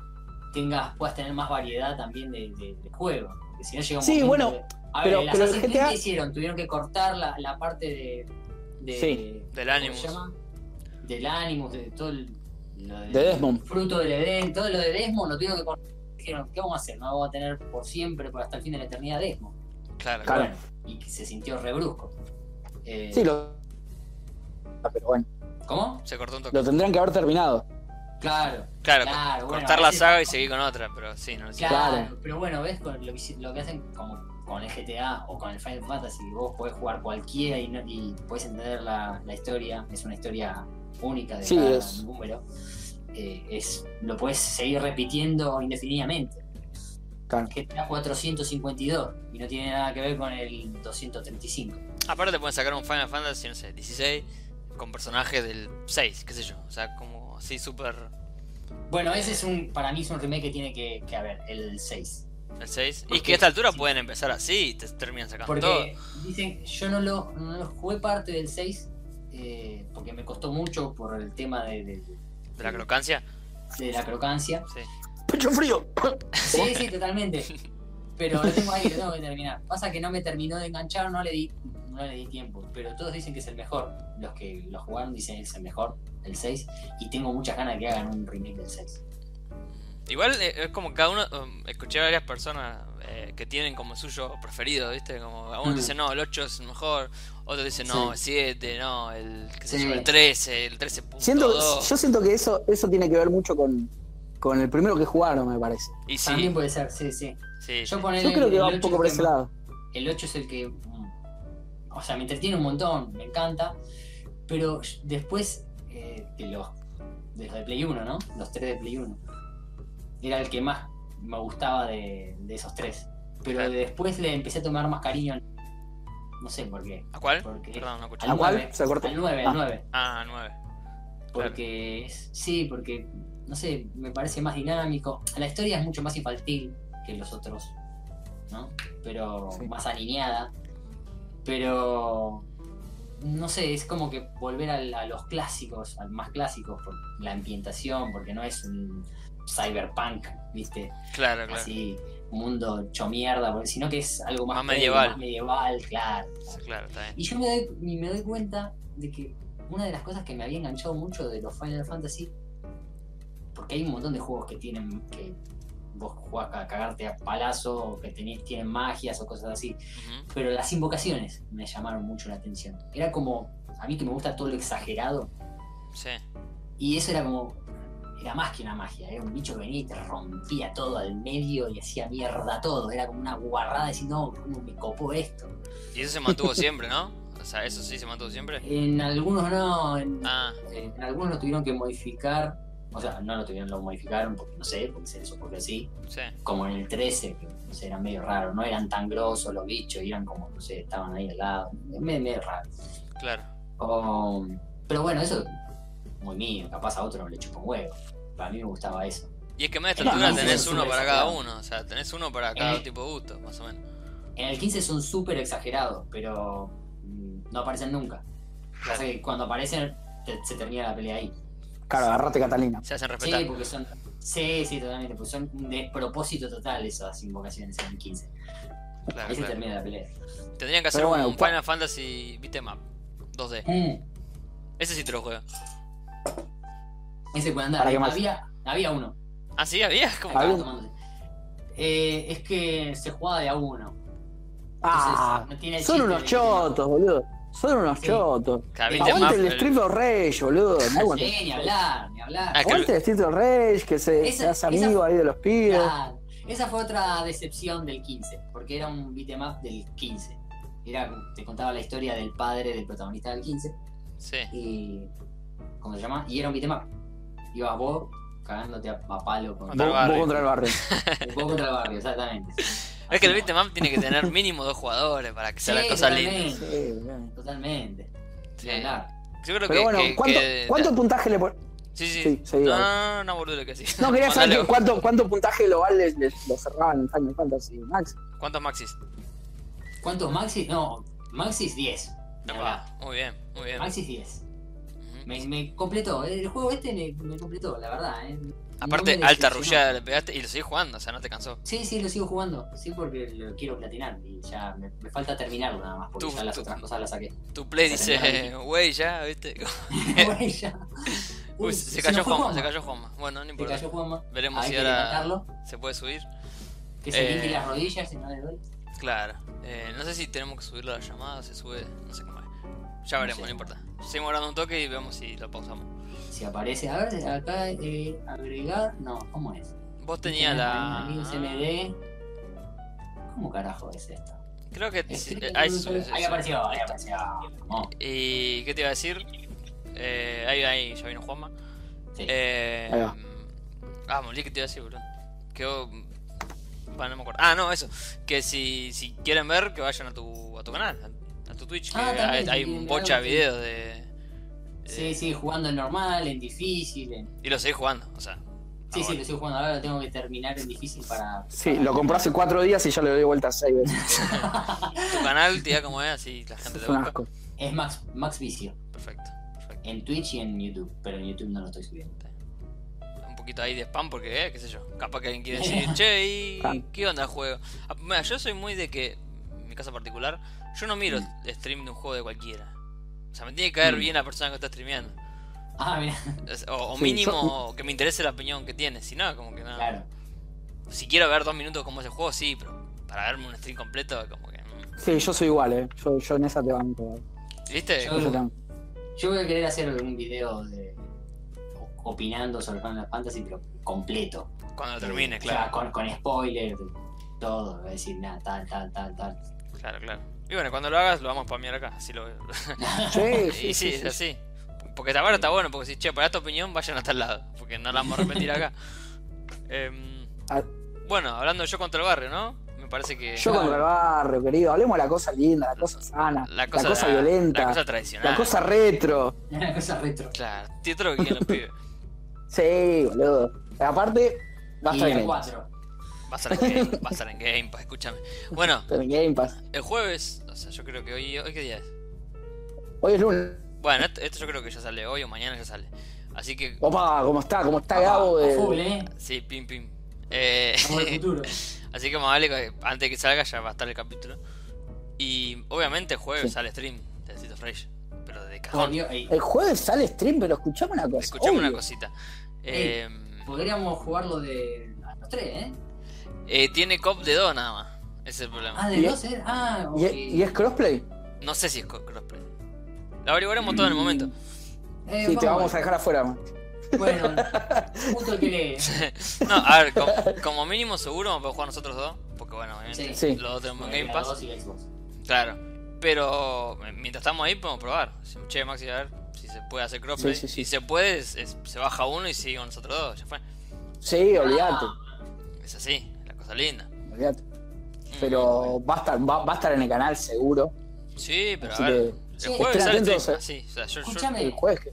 C: tengas, puedas tener más variedad también de, de- de juego. Porque si no llega un
A: Sí,
C: momento
A: bueno,
C: de- a
A: pero-
C: ver, el
A: pero el
C: Assassin's Creed,
A: GTA
C: ¿qué hicieron? Tuvieron que cortar la, la parte de. de
A: Sí.
B: Del
C: ¿cómo se
B: Animus.
C: llama? Del Animus, de todo el. lo de-
A: De Desmond.
C: fruto del Edén, todo lo de Desmond lo tuvieron que cortar. Dijeron, ¿qué vamos a hacer? No vamos a tener por siempre, por hasta el fin de la eternidad Desmond.
B: Claro,
A: Claro.
C: Bueno, y que se sintió rebrusco. Eh,
A: Sí, lo. Ah, Pero bueno,
C: ¿Cómo?
B: se cortó un toque.
A: lo tendrían que haber terminado.
C: Claro,
B: Claro,
C: claro. Ah, bueno,
B: cortar
C: a
B: la
C: veces-
B: saga y seguir con otra, pero sí, no lo hicieron.
C: Claro,
A: Claro.
C: pero bueno, ves con lo, que hici- lo que hacen como con el GTA o con el Final Fantasy, que vos podés jugar cualquiera y, no- y podés entender la, la historia, es una historia única de
A: Sí,
C: cada
A: es.
C: número. Eh, es, lo podés seguir repitiendo indefinidamente.
A: Claro.
C: GTA 452 y no tiene nada que ver con el 235.
B: Aparte pueden sacar un Final Fantasy, no sé, 16 con personajes del 6, qué sé yo. O sea, como así súper...
C: Bueno, ese es un, para mí es un remake que tiene que, que haber, el 6.
B: El 6. Y
C: Porque-
B: que a esta altura
C: sí.
B: pueden empezar así y te terminan sacando todo.
C: Porque dicen, yo no lo, no lo jugué parte del 6 eh, porque me costó mucho por el tema de, de-
B: De la crocancia.
C: de la crocancia.
B: Sí.
A: ¡Pecho frío!
C: Sí, sí, totalmente. Pero lo tengo ahí, lo tengo que terminar. Pasa que no me terminó de enganchar, no le di, no le di tiempo. Pero todos dicen que es el mejor. Los que lo jugaron dicen que es el mejor, el 6. Y tengo muchas ganas de que hagan un remake del 6.
B: Igual eh, es como cada uno, um, escuché a varias personas eh, que tienen como el suyo preferido, ¿viste? Como algunos
C: Mm.
B: dicen, no, el 8 es el mejor, otros dicen, no, el 7, no, el, qué sé
C: Sí.
B: yo, el 13, el 13.2.
A: Siento, yo siento que eso, eso tiene que ver mucho con, con el primero que jugaron, me parece.
B: Y sí,
C: También puede ser, sí, sí.
B: sí,
C: Yo,
B: sí.
C: ponele
A: Yo creo que
C: el
A: va un
C: ocho
A: poco por
C: es el
A: ese
C: que más-
A: lado.
C: El 8 es el que. mm, O sea, me entretiene un montón, me encanta. Pero después, eh, que los. Desde Play 1, ¿no? Los tres de Play 1. Era el que más me gustaba de, de esos tres. Pero
B: Claro.
C: después le empecé a tomar más cariño. al- No sé por qué.
B: ¿A cuál?
C: Porque
B: Perdón, no escuché.
A: ¿A
C: al
A: cuál?
C: nueve,
A: Se cortó.
C: Al 9,
A: Ah.
C: al 9.
B: Ah, 9.
C: Porque. es- Sí, porque. No sé, me parece más dinámico. La historia es mucho más infantil que los otros. ¿No? Pero
A: Sí.
C: más alineada. Pero. No sé, es como que volver al- a, los clásicos, al más clásicos, por la ambientación, porque no es un cyberpunk, ¿viste?
B: Claro, claro.
C: Así, mundo hecho mierda, porque- sino que es algo más,
B: Más
C: previo,
B: medieval.
C: más medieval, claro.
B: Sí, Claro, está bien.
C: Y yo me doy, y me doy cuenta de que una de las cosas que me había enganchado mucho de los Final Fantasy, porque hay un montón de juegos que tienen que vos jugás a cagarte a palazo, o que tenés, tienen magias o cosas así,
B: Ujú.
C: pero las invocaciones me llamaron mucho la atención. Era como, a mí que me gusta todo lo exagerado,
B: Sí.
C: y eso era como, era más que una magia, era un bicho que venía y te rompía todo al medio y hacía mierda todo, era como una guarrada de decir, no, ¿cómo me copó esto?
B: Y eso se mantuvo siempre, ¿no? O sea, eso sí se mantuvo siempre.
C: En algunos no, en
B: Ah,
C: Eh, en algunos lo tuvieron que modificar, o sea, no lo tuvieron, lo modificaron porque no sé, porque se les ocurrió así,
B: sí.
C: como en el 13, que no sé, eran medio raros, no eran tan grosos los bichos, eran como, no sé, estaban ahí al lado, es medio, medio raro.
B: Claro.
C: O- pero bueno, eso muy mío, capaz a otro no le chupa un huevo, para mí me gustaba eso.
B: Y es que más a esta
C: Era
B: altura
C: más
B: tenés
C: sencillo
B: uno
C: esa
B: para cada
C: clave.
B: uno. O sea, tenés uno para cada
C: Eh.
B: tipo de gusto, más o menos.
C: En el 15 son súper exagerados, pero mm, no aparecen nunca. O sea, que cuando aparecen te- se termina la pelea ahí.
A: Claro, agarrate Catalina.
B: Se hacen respetar.
C: Sí, porque son. Sí, sí, totalmente. Porque son un despropósito total esas invocaciones en el 15.
B: Claro,
C: Ahí se
B: claro.
C: termina la pelea.
B: Tendrían que hacer
A: Pero bueno,
B: un
A: cua-
B: Final Fantasy Beat'em Up 2D.
A: Mm.
B: Ese sí te lo juego.
C: Ese puede andar.
A: ¿Para qué más?
C: Había, había uno.
B: Ah, sí, había. como
A: Ah.
C: Estaba
A: uno?
C: tomándose. Eh, es que se jugaba de a uno.
A: Ah,
C: Entonces, no tiene
A: son
C: chiste
A: unos
C: de-
A: chotos, boludo. Son unos
C: Sí.
A: chotos.
B: Cada Beat'em
A: Aguante
B: 'em Up,
A: el
B: el-
A: Street of Rage, boludo. No aguante.
C: Sí, ni hablar, ni hablar.
B: Ah,
A: Aguante el Street of Rage, que se,
C: Esa-
A: se hace
C: esa-
A: amigo ahí de los pibes.
C: Claro. Esa fue otra decepción del 15, porque era un beat'em up del 15. Era, te contaba la historia del padre del protagonista del 15.
B: Sí.
C: y ¿cómo se llama? Y era un beatmap. Ibas vos cagándote a, a palo
A: Vos,
C: con
B: Contra el
A: vos
B: barrio.
A: contra el barrio.
C: vos contra el barrio, exactamente.
B: Es que el Beat'em Up tiene que tener mínimo dos jugadores para que sea la
C: Sí,
B: cosa linda.
A: Sí,
C: totalmente,
A: bien.
C: Totalmente.
B: Sí.
C: Ni hablar.
B: Yo creo
A: Pero
B: que.
A: bueno,
B: que-
A: ¿cuánto,
B: que-
A: cuánto puntaje le pones?
B: Sí, sí.
A: Sí, sí,
B: no,
A: digo.
B: no, no, no, boludo que sí.
A: No, quería saber
B: Mandale
A: que-
B: vos.
A: cuánto, cuánto puntaje global les, les- lo cerraban en Final Fantasy Max.
B: ¿Cuántos maxis?
C: ¿Cuántos Maxis? No, Maxis 10. la
B: Epa,
C: verdad.
B: muy bien, muy bien.
C: Maxis 10.
B: Ujú.
C: Me, me completó. El juego este me, me completó, la verdad. ¿eh?
B: Aparte,
C: No me
B: alta
C: decepcionó.
B: rullada le pegaste y lo seguís jugando, o sea, no te cansó.
C: Sí, sí, lo sigo jugando. Sí, porque lo quiero platinar. Y ya me, me falta terminarlo nada más. Porque
B: Tú-
C: ya las
B: tú-
C: otras cosas las saqué.
B: Tu play
C: Para
B: dice,
C: nada.
B: wey, ya, viste.
C: Güey, ya.
B: Eh. Uy,
C: Uy,
B: se, se
C: nos
B: cayó
C: fue
B: Juanma, se cayó Juanma. Bueno, no
C: Se
B: importa.
C: cayó Juanma.
B: Veremos
C: Hay
B: si
C: que
B: ahora
C: levantarlo.
B: se puede subir.
C: Que se
B: Eh.
C: limpie las rodillas y no le doy.
B: Claro. Eh, no sé si tenemos que subirlo a la llamada, se sube, no sé cómo es. Ya
C: No
B: veremos,
C: sé.
B: no importa. Seguimos grabando un toque y vemos si lo pausamos.
C: Si aparece. A ver, acá eh, agregar. No, ¿cómo es?
B: Vos tenías la...
C: Amigos MD. ¿Cómo carajo es esto?
B: Creo que...
C: Es-
B: sí, eh, ahí se sube, se
C: Ahí
B: sube.
C: apareció, ahí apareció. No,
B: ¿Y qué te iba a decir? Eh, ahí, ahí, ya vino Juanma.
C: sí.
B: Eh,
A: Ahí va.
B: ah, me olvidé que te iba a decir, boludo. Quedó. Bueno, no me acuerdo. Ah, no, eso. Que si, si quieren ver, que vayan a tu, a tu canal, a, a tu Twitch. Que
C: Ah, también,
B: hay,
C: si
B: hay
C: quieren ver
B: bocha de
C: algo, sí.
B: videos de.
C: sí, sí, jugando en normal, en difícil. En...
B: Y lo seguís jugando, o sea.
C: Sí, sí,
B: ahora.
C: lo estoy jugando ahora, lo tengo que terminar en difícil para.
A: Sí, lo compré hace cuatro días y ya le doy vuelta seis veces.
B: Tu canal, te da como es, así la gente te
A: Es un
B: busca.
A: asco.
C: Es Max, Max Vicio,
B: Perfecto, perfecto.
C: en Twitch y en YouTube, pero en YouTube no lo estoy subiendo.
B: Un poquito ahí de spam porque, eh, qué sé yo. Capaz que alguien quiere decir, che, ¿y
A: Claro.
B: qué onda el juego? Ah, mira, yo soy muy de que, en mi caso particular, yo no miro el stream de un juego de cualquiera. O sea, me tiene que caer
C: Mm.
B: bien la persona que está streameando.
C: Ah, mira,
B: Es- O, o
A: Sí,
B: mínimo
A: yo-
B: que me interese la opinión que tiene. Si no, como que no.
C: claro.
B: Si quiero ver dos minutos como es el juego, sí, pero para verme un stream completo, como que. mm.
A: Sí, yo soy igual, eh. Yo, yo en esa te banco. eh.
B: ¿Viste?
C: Yo-
A: Yo soy tan-
C: Yo voy a querer hacer algún video de o- opinando sobre Final Fantasy, pero completo.
B: Cuando Ah, lo termine,
C: O sea,
B: claro.
C: con, con spoiler, todo, voy a decir nada, tal, tal, tal, tal.
B: Claro, claro. Y bueno, cuando lo hagas, lo vamos a spamear acá. Así lo
A: Sí,
B: Y
A: sí,
B: sí,
A: sí,
B: es
A: sí,
B: así. Porque ahora está bueno, porque si, che, para esta opinión, vayan hasta el lado. Porque no la vamos a repetir acá. Em,
A: Ah.
B: bueno, hablando yo contra el barrio, ¿no? Me parece que.
A: Yo contra el barrio, querido. Hablemos de la cosa linda, la cosa sana, la cosa, violenta,
B: La
A: la cosa,
B: cosa tradicional.
A: retro.
C: Una cosa retro.
B: Claro, título que quieren los pibes.
A: Sí, boludo. Aparte,
C: y
A: basta de
C: la
A: Game Pass.
C: 4.
B: Va a estar en Game, va a estar en Game Pass, escúchame. Bueno,
A: Pero en Game Pass.
B: el jueves, o sea, yo creo que hoy, ¿hoy qué día es?
A: Hoy es lunes.
B: Bueno, esto, esto yo creo que ya sale hoy o mañana ya sale. Así que,
A: Opa, ¿cómo está? ¿Cómo está
C: Papá,
A: Gabo?
C: a full,
A: De...
C: ¿eh?
B: sí, pim, pim. Eh,
C: Como el futuro.
B: así que más vale que antes de que salga ya va a estar el capítulo. Y obviamente el jueves
A: Sí.
B: sale stream de Cito Fresh, pero de
C: Por
B: cajón.
C: Dios, ey,
A: El jueves sale stream, pero escuchame una cosa.
B: Escuchame una
A: obvio.
B: cosita.
C: Ey.
B: Eh,
C: podríamos jugarlo de a los tres, ¿eh?
B: eh, tiene cop de dos nada más. Ese es el problema.
C: Ah, de
A: Y-
C: dos, ¿eh? Ah, ok.
A: ¿Y, y es crossplay?
B: No sé si es co- crossplay. Lo averiguaremos todo en el momento.
C: Eh,
A: Sí, te vamos a dejar afuera. man.
C: Bueno, justo el que lee.
B: No, a ver, com- como, mínimo seguro vamos a poder jugar nosotros dos. Porque bueno, obviamente
A: Sí.
B: los dos tenemos
C: Bueno,
B: Game
C: la
B: Pass.
C: dos y la Xbox.
B: Claro. Pero eh, mientras estamos ahí podemos probar. Si- Che, Maxi, a ver si se puede hacer crossplay.
A: Sí, sí,
B: Si
A: sí.
B: se puede, es- es- se baja uno y sigue con nosotros dos. Ya fue.
A: Sí, olvídate.
B: Es así, la cosa linda.
A: olvídate.
B: Mm.
A: Pero va a, estar, va, va a estar en el canal seguro.
B: Sí, pero
A: Así
B: a ver.
C: Sí,
B: el jueves
A: estén
B: sale
A: atentos,
B: stream,
A: eh.
B: así, o sea, yo- yo-
C: Escúchame.
A: El jueves, que-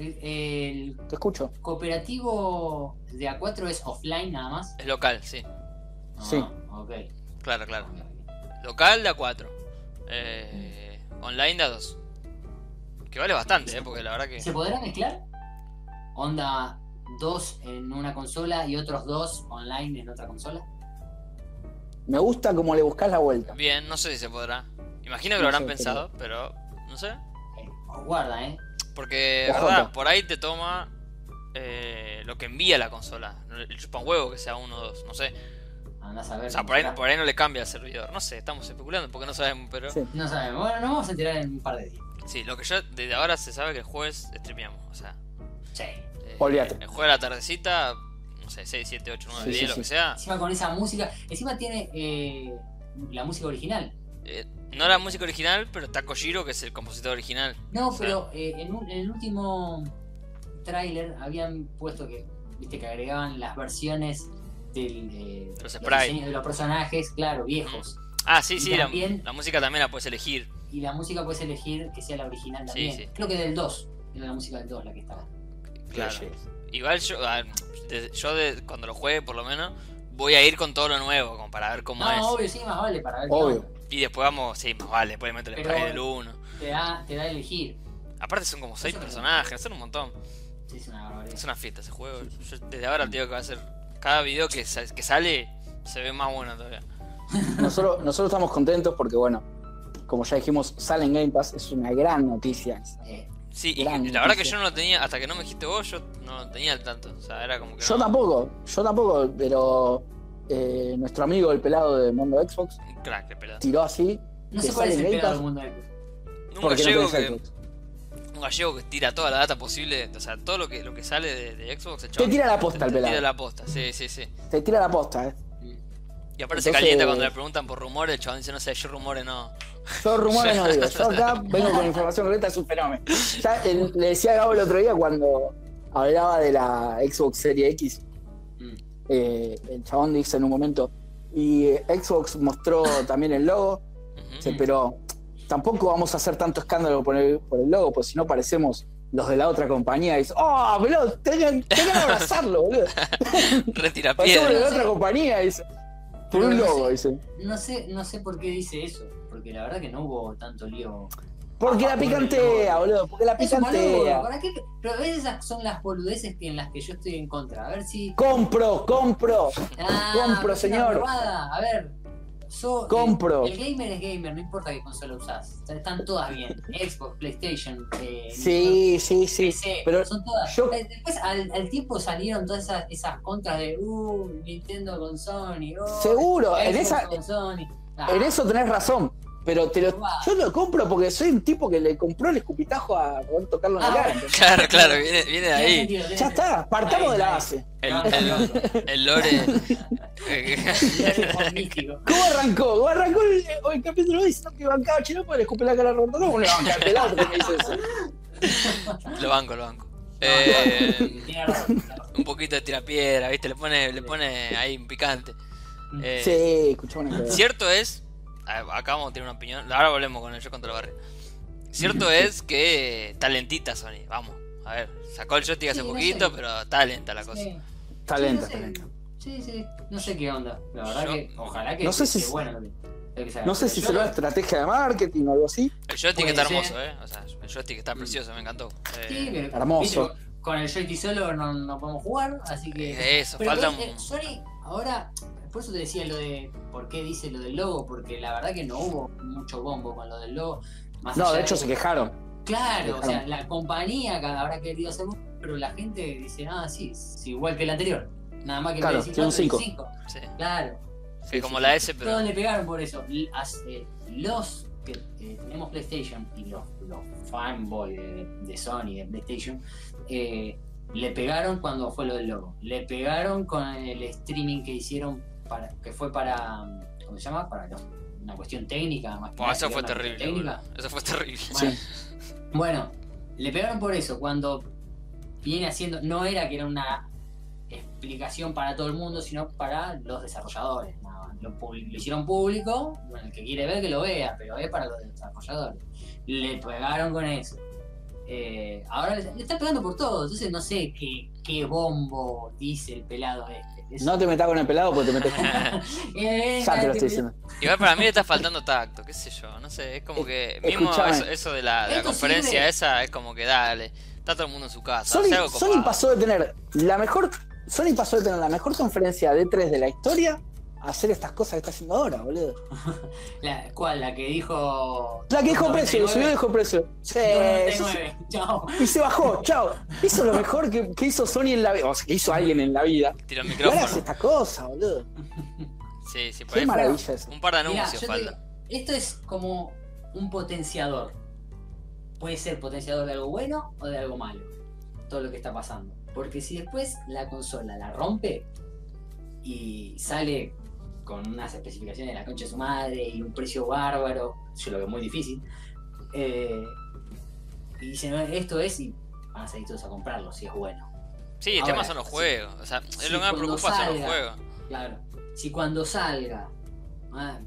C: El, el
A: te escucho.
C: cooperativo de A4 es offline nada más.
B: es local, sí.
C: Ah,
A: Sí.
C: Ok.
B: Claro, claro. Local de a 4. Eh, online de a 2. Que vale bastante, eh, porque la verdad que...
C: ¿Se podrá mezclar? Onda, dos en una consola y otros dos online en otra consola.
A: Me gusta cómo le buscas la vuelta.
B: Bien, no sé si se podrá. Imagino que
A: No
B: lo habrán
A: sé,
B: pensado, pero no sé.
C: Eh, guarda, ¿eh?
B: Porque,
A: Ojo,
B: verdad,
A: ojo.
B: por ahí te toma eh, lo que envía la consola. El chupan huevo que sea uno o dos, no sé.
C: Andás a ver.
B: O sea,
C: cómo
B: por ahí,
C: será.
B: por ahí no le cambia el servidor. No sé, estamos especulando porque no sabemos, pero... Sí,
A: Sí.
C: No sabemos. Bueno, nos vamos a enterar en un par de días.
B: lo que ya desde ahora se sabe que el jueves streameamos. O sea,
C: Sí.
B: eh,
A: Olvídate.
B: el jueves a la tardecita, no sé, 6, 7, 8, 9,
A: Sí,
B: 10,
A: sí,
B: lo
A: sí.
B: que sea.
C: Encima con esa música. Encima tiene eh, la música original.
B: Eh, no la música original, pero está Kojiro, que es el compositor original.
C: No,
B: Sí.
C: pero eh, en, un- en el último tráiler habían puesto que, viste, que agregaban las versiones del, eh,
B: Los sprites.
C: los diseños de los personajes, claro, viejos.
B: Ah, sí,
C: Y
B: sí, la,
C: también-
B: la música también la puedes elegir.
C: Y la música puedes elegir que sea la original
B: Sí,
C: también.
B: sí.
C: Creo que del 2. Era la música del 2 la que estaba.
B: Claro.
A: Flashers.
B: Igual yo, a ver, de- yo de- cuando lo juegue, por lo menos, voy a ir con todo lo nuevo, como para ver cómo
C: No,
B: es.
C: obvio, sí, más vale para ver. qué
A: Obvio.
C: onda.
B: Y después vamos, sí, más vale, después meto el
C: Pero-
B: spray del 1.
C: Te da, te da a elegir.
B: Aparte son como seis
C: Eso me gusta.
B: personajes, son un montón.
C: Sí, es una barbaridad.
B: Es una fiesta ese juego. Yo desde ahora te digo que va a ser. Cada video que, sa- que sale se ve más bueno todavía.
A: Nosotros, nosotros estamos contentos porque, bueno, como ya dijimos, sale en Game Pass, es una gran noticia.
C: Eh,
B: Sí, y
A: Gran
B: la verdad que
A: noticia.
B: yo no lo tenía, hasta que no me dijiste vos, yo no lo tenía al tanto. O sea, era como que.
A: Yo
B: no-
A: tampoco, yo tampoco, pero eh, nuestro amigo el pelado de Mundo Xbox
B: Un crack de pelada.
A: tiró así.
C: no
A: que
C: sé
A: sale
C: cuál es el
A: en Game
C: peor
A: Pass
C: del mundo de
B: Un
A: porque no
B: gallego,
A: tenés
B: que,
A: Xbox.
B: un gallego que tira toda la data posible, o sea, todo lo que, lo que sale de, de Xbox, el
A: Te
B: chabón
A: tira la posta el
B: te tira
A: pelado.
B: la posta, sí, sí, sí.
A: Te tira la posta, eh.
B: Y aparte se
A: Entonces-
B: calienta cuando le preguntan por rumores, el chabón dice, no sé, yo rumores no.
A: Yo rumores no digo, yo acá vengo con información correcta, es un fenómeno. Ya eh, le decía a Gabo el otro día cuando hablaba de la Xbox Series X,
C: Mm.
A: eh, el chabón dice en un momento, y eh, Xbox mostró también el logo,
B: Ujú.
A: dice, pero tampoco vamos a hacer tanto escándalo por el, por el logo, pues si no parecemos los de la otra compañía, y dice, oh, boludo, tengan, tengan que abrazarlo, boludo.
B: Retira
A: Parecemos los de
B: piedra.
A: la otra compañía, dice. Por un logo, dice.
C: No sé, no sé por qué dice eso. Porque la verdad que no hubo tanto lío.
A: Porque
C: Ah,
A: la picantea, boludo, porque la
C: Es un boludo,
A: picantea.
C: ¿para qué? Pero a veces esas son las boludeces que en las que yo estoy en contra. A ver si.
A: Compro, compro.
C: Ah,
A: Compro,
C: pero es una
A: señor.
C: huevada. A ver. so-
A: Compro.
C: El, el gamer es gamer, no importa qué consola usás. Están todas bien. Xbox, PlayStation, eh,
A: Sí, sí, sí.
C: PC,
A: Pero
C: son todas.
A: yo-
C: Eh, Después al, al tiempo salieron todas esas, esas contras de uh, Nintendo con Sony, oh,
A: Seguro, en
C: Xbox
A: esa-
C: con Sony. Ah,
A: en eso tenés razón. Pero te lo, yo lo compro porque soy un tipo que le compró el escupitajo a Roberto Carlos
C: Ah,
A: Navarro.
B: Claro, claro, viene, viene de
C: tiene
B: ahí.
C: sentido, tiene
A: Ya
C: sentido.
A: está, partamos de la base.
B: El,
C: No, no,
B: el,
C: no, no.
B: el lore.
C: Es muy místico.
A: ¿Cómo arrancó? ¿Cómo arrancó el, el capítulo diciendo que bancaba chino porque le escupé la cara a Roberto Carlos? ¿Cómo le bancaba el pelado porque me hizo eso?
B: lo banco, lo banco. Eh,
C: Tiene razón, tiene razón.
B: un poquito de tirapiedra, ¿viste? Le pone, le pone ahí un picante. Eh,
A: Sí, escuchá una cosa.
B: Cierto es, a- acá vamos a tener una opinión, ahora volvemos con el yo contra el barrio. Cierto es que está lentita Sony, vamos. A ver, sacó el joystick hace
C: Sí, no
B: poquito,
C: sé.
B: pero está lenta la cosa.
C: Sí.
A: Está
C: Sí,
A: lenta,
C: no sé.
A: está lenta.
C: Sí, sí, no sé qué onda. La verdad
B: Yo-
C: que ojalá que
A: No sé
C: que
A: si-
C: esté bueno lo que- lo que se haga.
A: No sé
C: Pero
A: si
C: yo-
A: será una estrategia de marketing o algo así.
B: El joystick
C: Puede
B: está
C: ser.
B: hermoso, ¿eh? O sea, el joystick está precioso, me encantó.
C: Sí,
B: Eh,
C: pero-
A: Hermoso.
C: viste, Con el joystick solo no, no podemos jugar, así que.
B: eh, eso,
C: Pero
B: falta
C: ves, eh,
B: un-
C: Sony, ahora, por eso te decía lo de por qué dice lo del logo, porque la verdad que no hubo mucho bombo con lo del logo. Más
A: No,
C: allá
A: de hecho se quejaron.
C: Claro, o sea,
A: Dejaron.
C: la compañía que habrá querido hacer un- pero la gente dice, ah, sí, es igual que el anterior. Nada más que
A: Claro,
C: el
A: tiene un cinco.
B: sí,
C: Claro,
B: sí, como la S, pero
C: todos le pegaron por eso. L- as- eh, Los que eh, tenemos PlayStation y los, los fanboys de, de Sony, de PlayStation, eh, le pegaron cuando fue lo del logo. Le pegaron con el streaming que hicieron, para que fue para, ¿cómo se llama? Para los- una cuestión técnica. Más que
B: Buah,
C: nada,
B: eso
C: que
B: fue
C: era una cuestión
B: terrible. boludo. Eso fue terrible.
C: bueno, bueno, le pegaron por eso cuando viene haciendo, no era que era una explicación para todo el mundo, sino para los desarrolladores. nada más. Lo, pub- lo hicieron público, bueno, el que quiere ver que lo vea, pero es para los desarrolladores. Le pegaron con eso. Eh, ahora le, le está pegando por todo, entonces no sé qué, qué bombo dice el pelado este. Es-
A: No te metas con el pelado porque te metes con.
C: Eh,
A: Ya te lo
C: este-
A: estoy diciendo.
B: Igual para mí le está faltando tacto, qué sé yo, no sé, es como
A: Eh,
B: que mismo
A: Escuchame.
B: eso, eso de la, de la
C: Esto
B: conferencia
C: sirve.
B: esa es como que dale, está todo el mundo en su casa,
A: Sony,
B: hace algo
A: Sony
B: copado.
A: pasó de tener la mejor. Sony pasó de tener la mejor conferencia de 3 de la historia a hacer estas cosas que está haciendo ahora, boludo.
C: La, ¿Cuál? La que dijo.
A: La que dejó precio, lo subió y
C: 99.
A: dejó precio. Sí, sí, sí.
C: 99. Chao.
A: y se bajó, chao. Hizo lo mejor que, que hizo Sony en la vida. O sea, que hizo alguien en la vida.
B: Tira el
A: Y ahora hace
B: micrófono.
A: esta cosa, boludo.
B: Sí, sí, por
A: Qué
B: ahí fue
A: maravilla eso.
B: un par de
C: Mirá,
B: anuncios
C: yo te
B: falta.
C: digo, esto es como un potenciador. Puede ser potenciador de algo bueno o de algo malo. Todo lo que está pasando. Porque si después la consola la rompe y sale con unas especificaciones de la concha de su madre y un precio bárbaro, yo lo veo muy difícil. eh, y dicen, "No, esto es y van a salir todos a comprarlo si es bueno.
B: Sí, el
C: Ahora,
B: tema son los
C: sí.
B: juegos, o sea, es
C: Sí,
B: lo que me
C: cuando
B: preocupa son los
C: salga.
B: juegos.
C: Claro. Si cuando salga ah,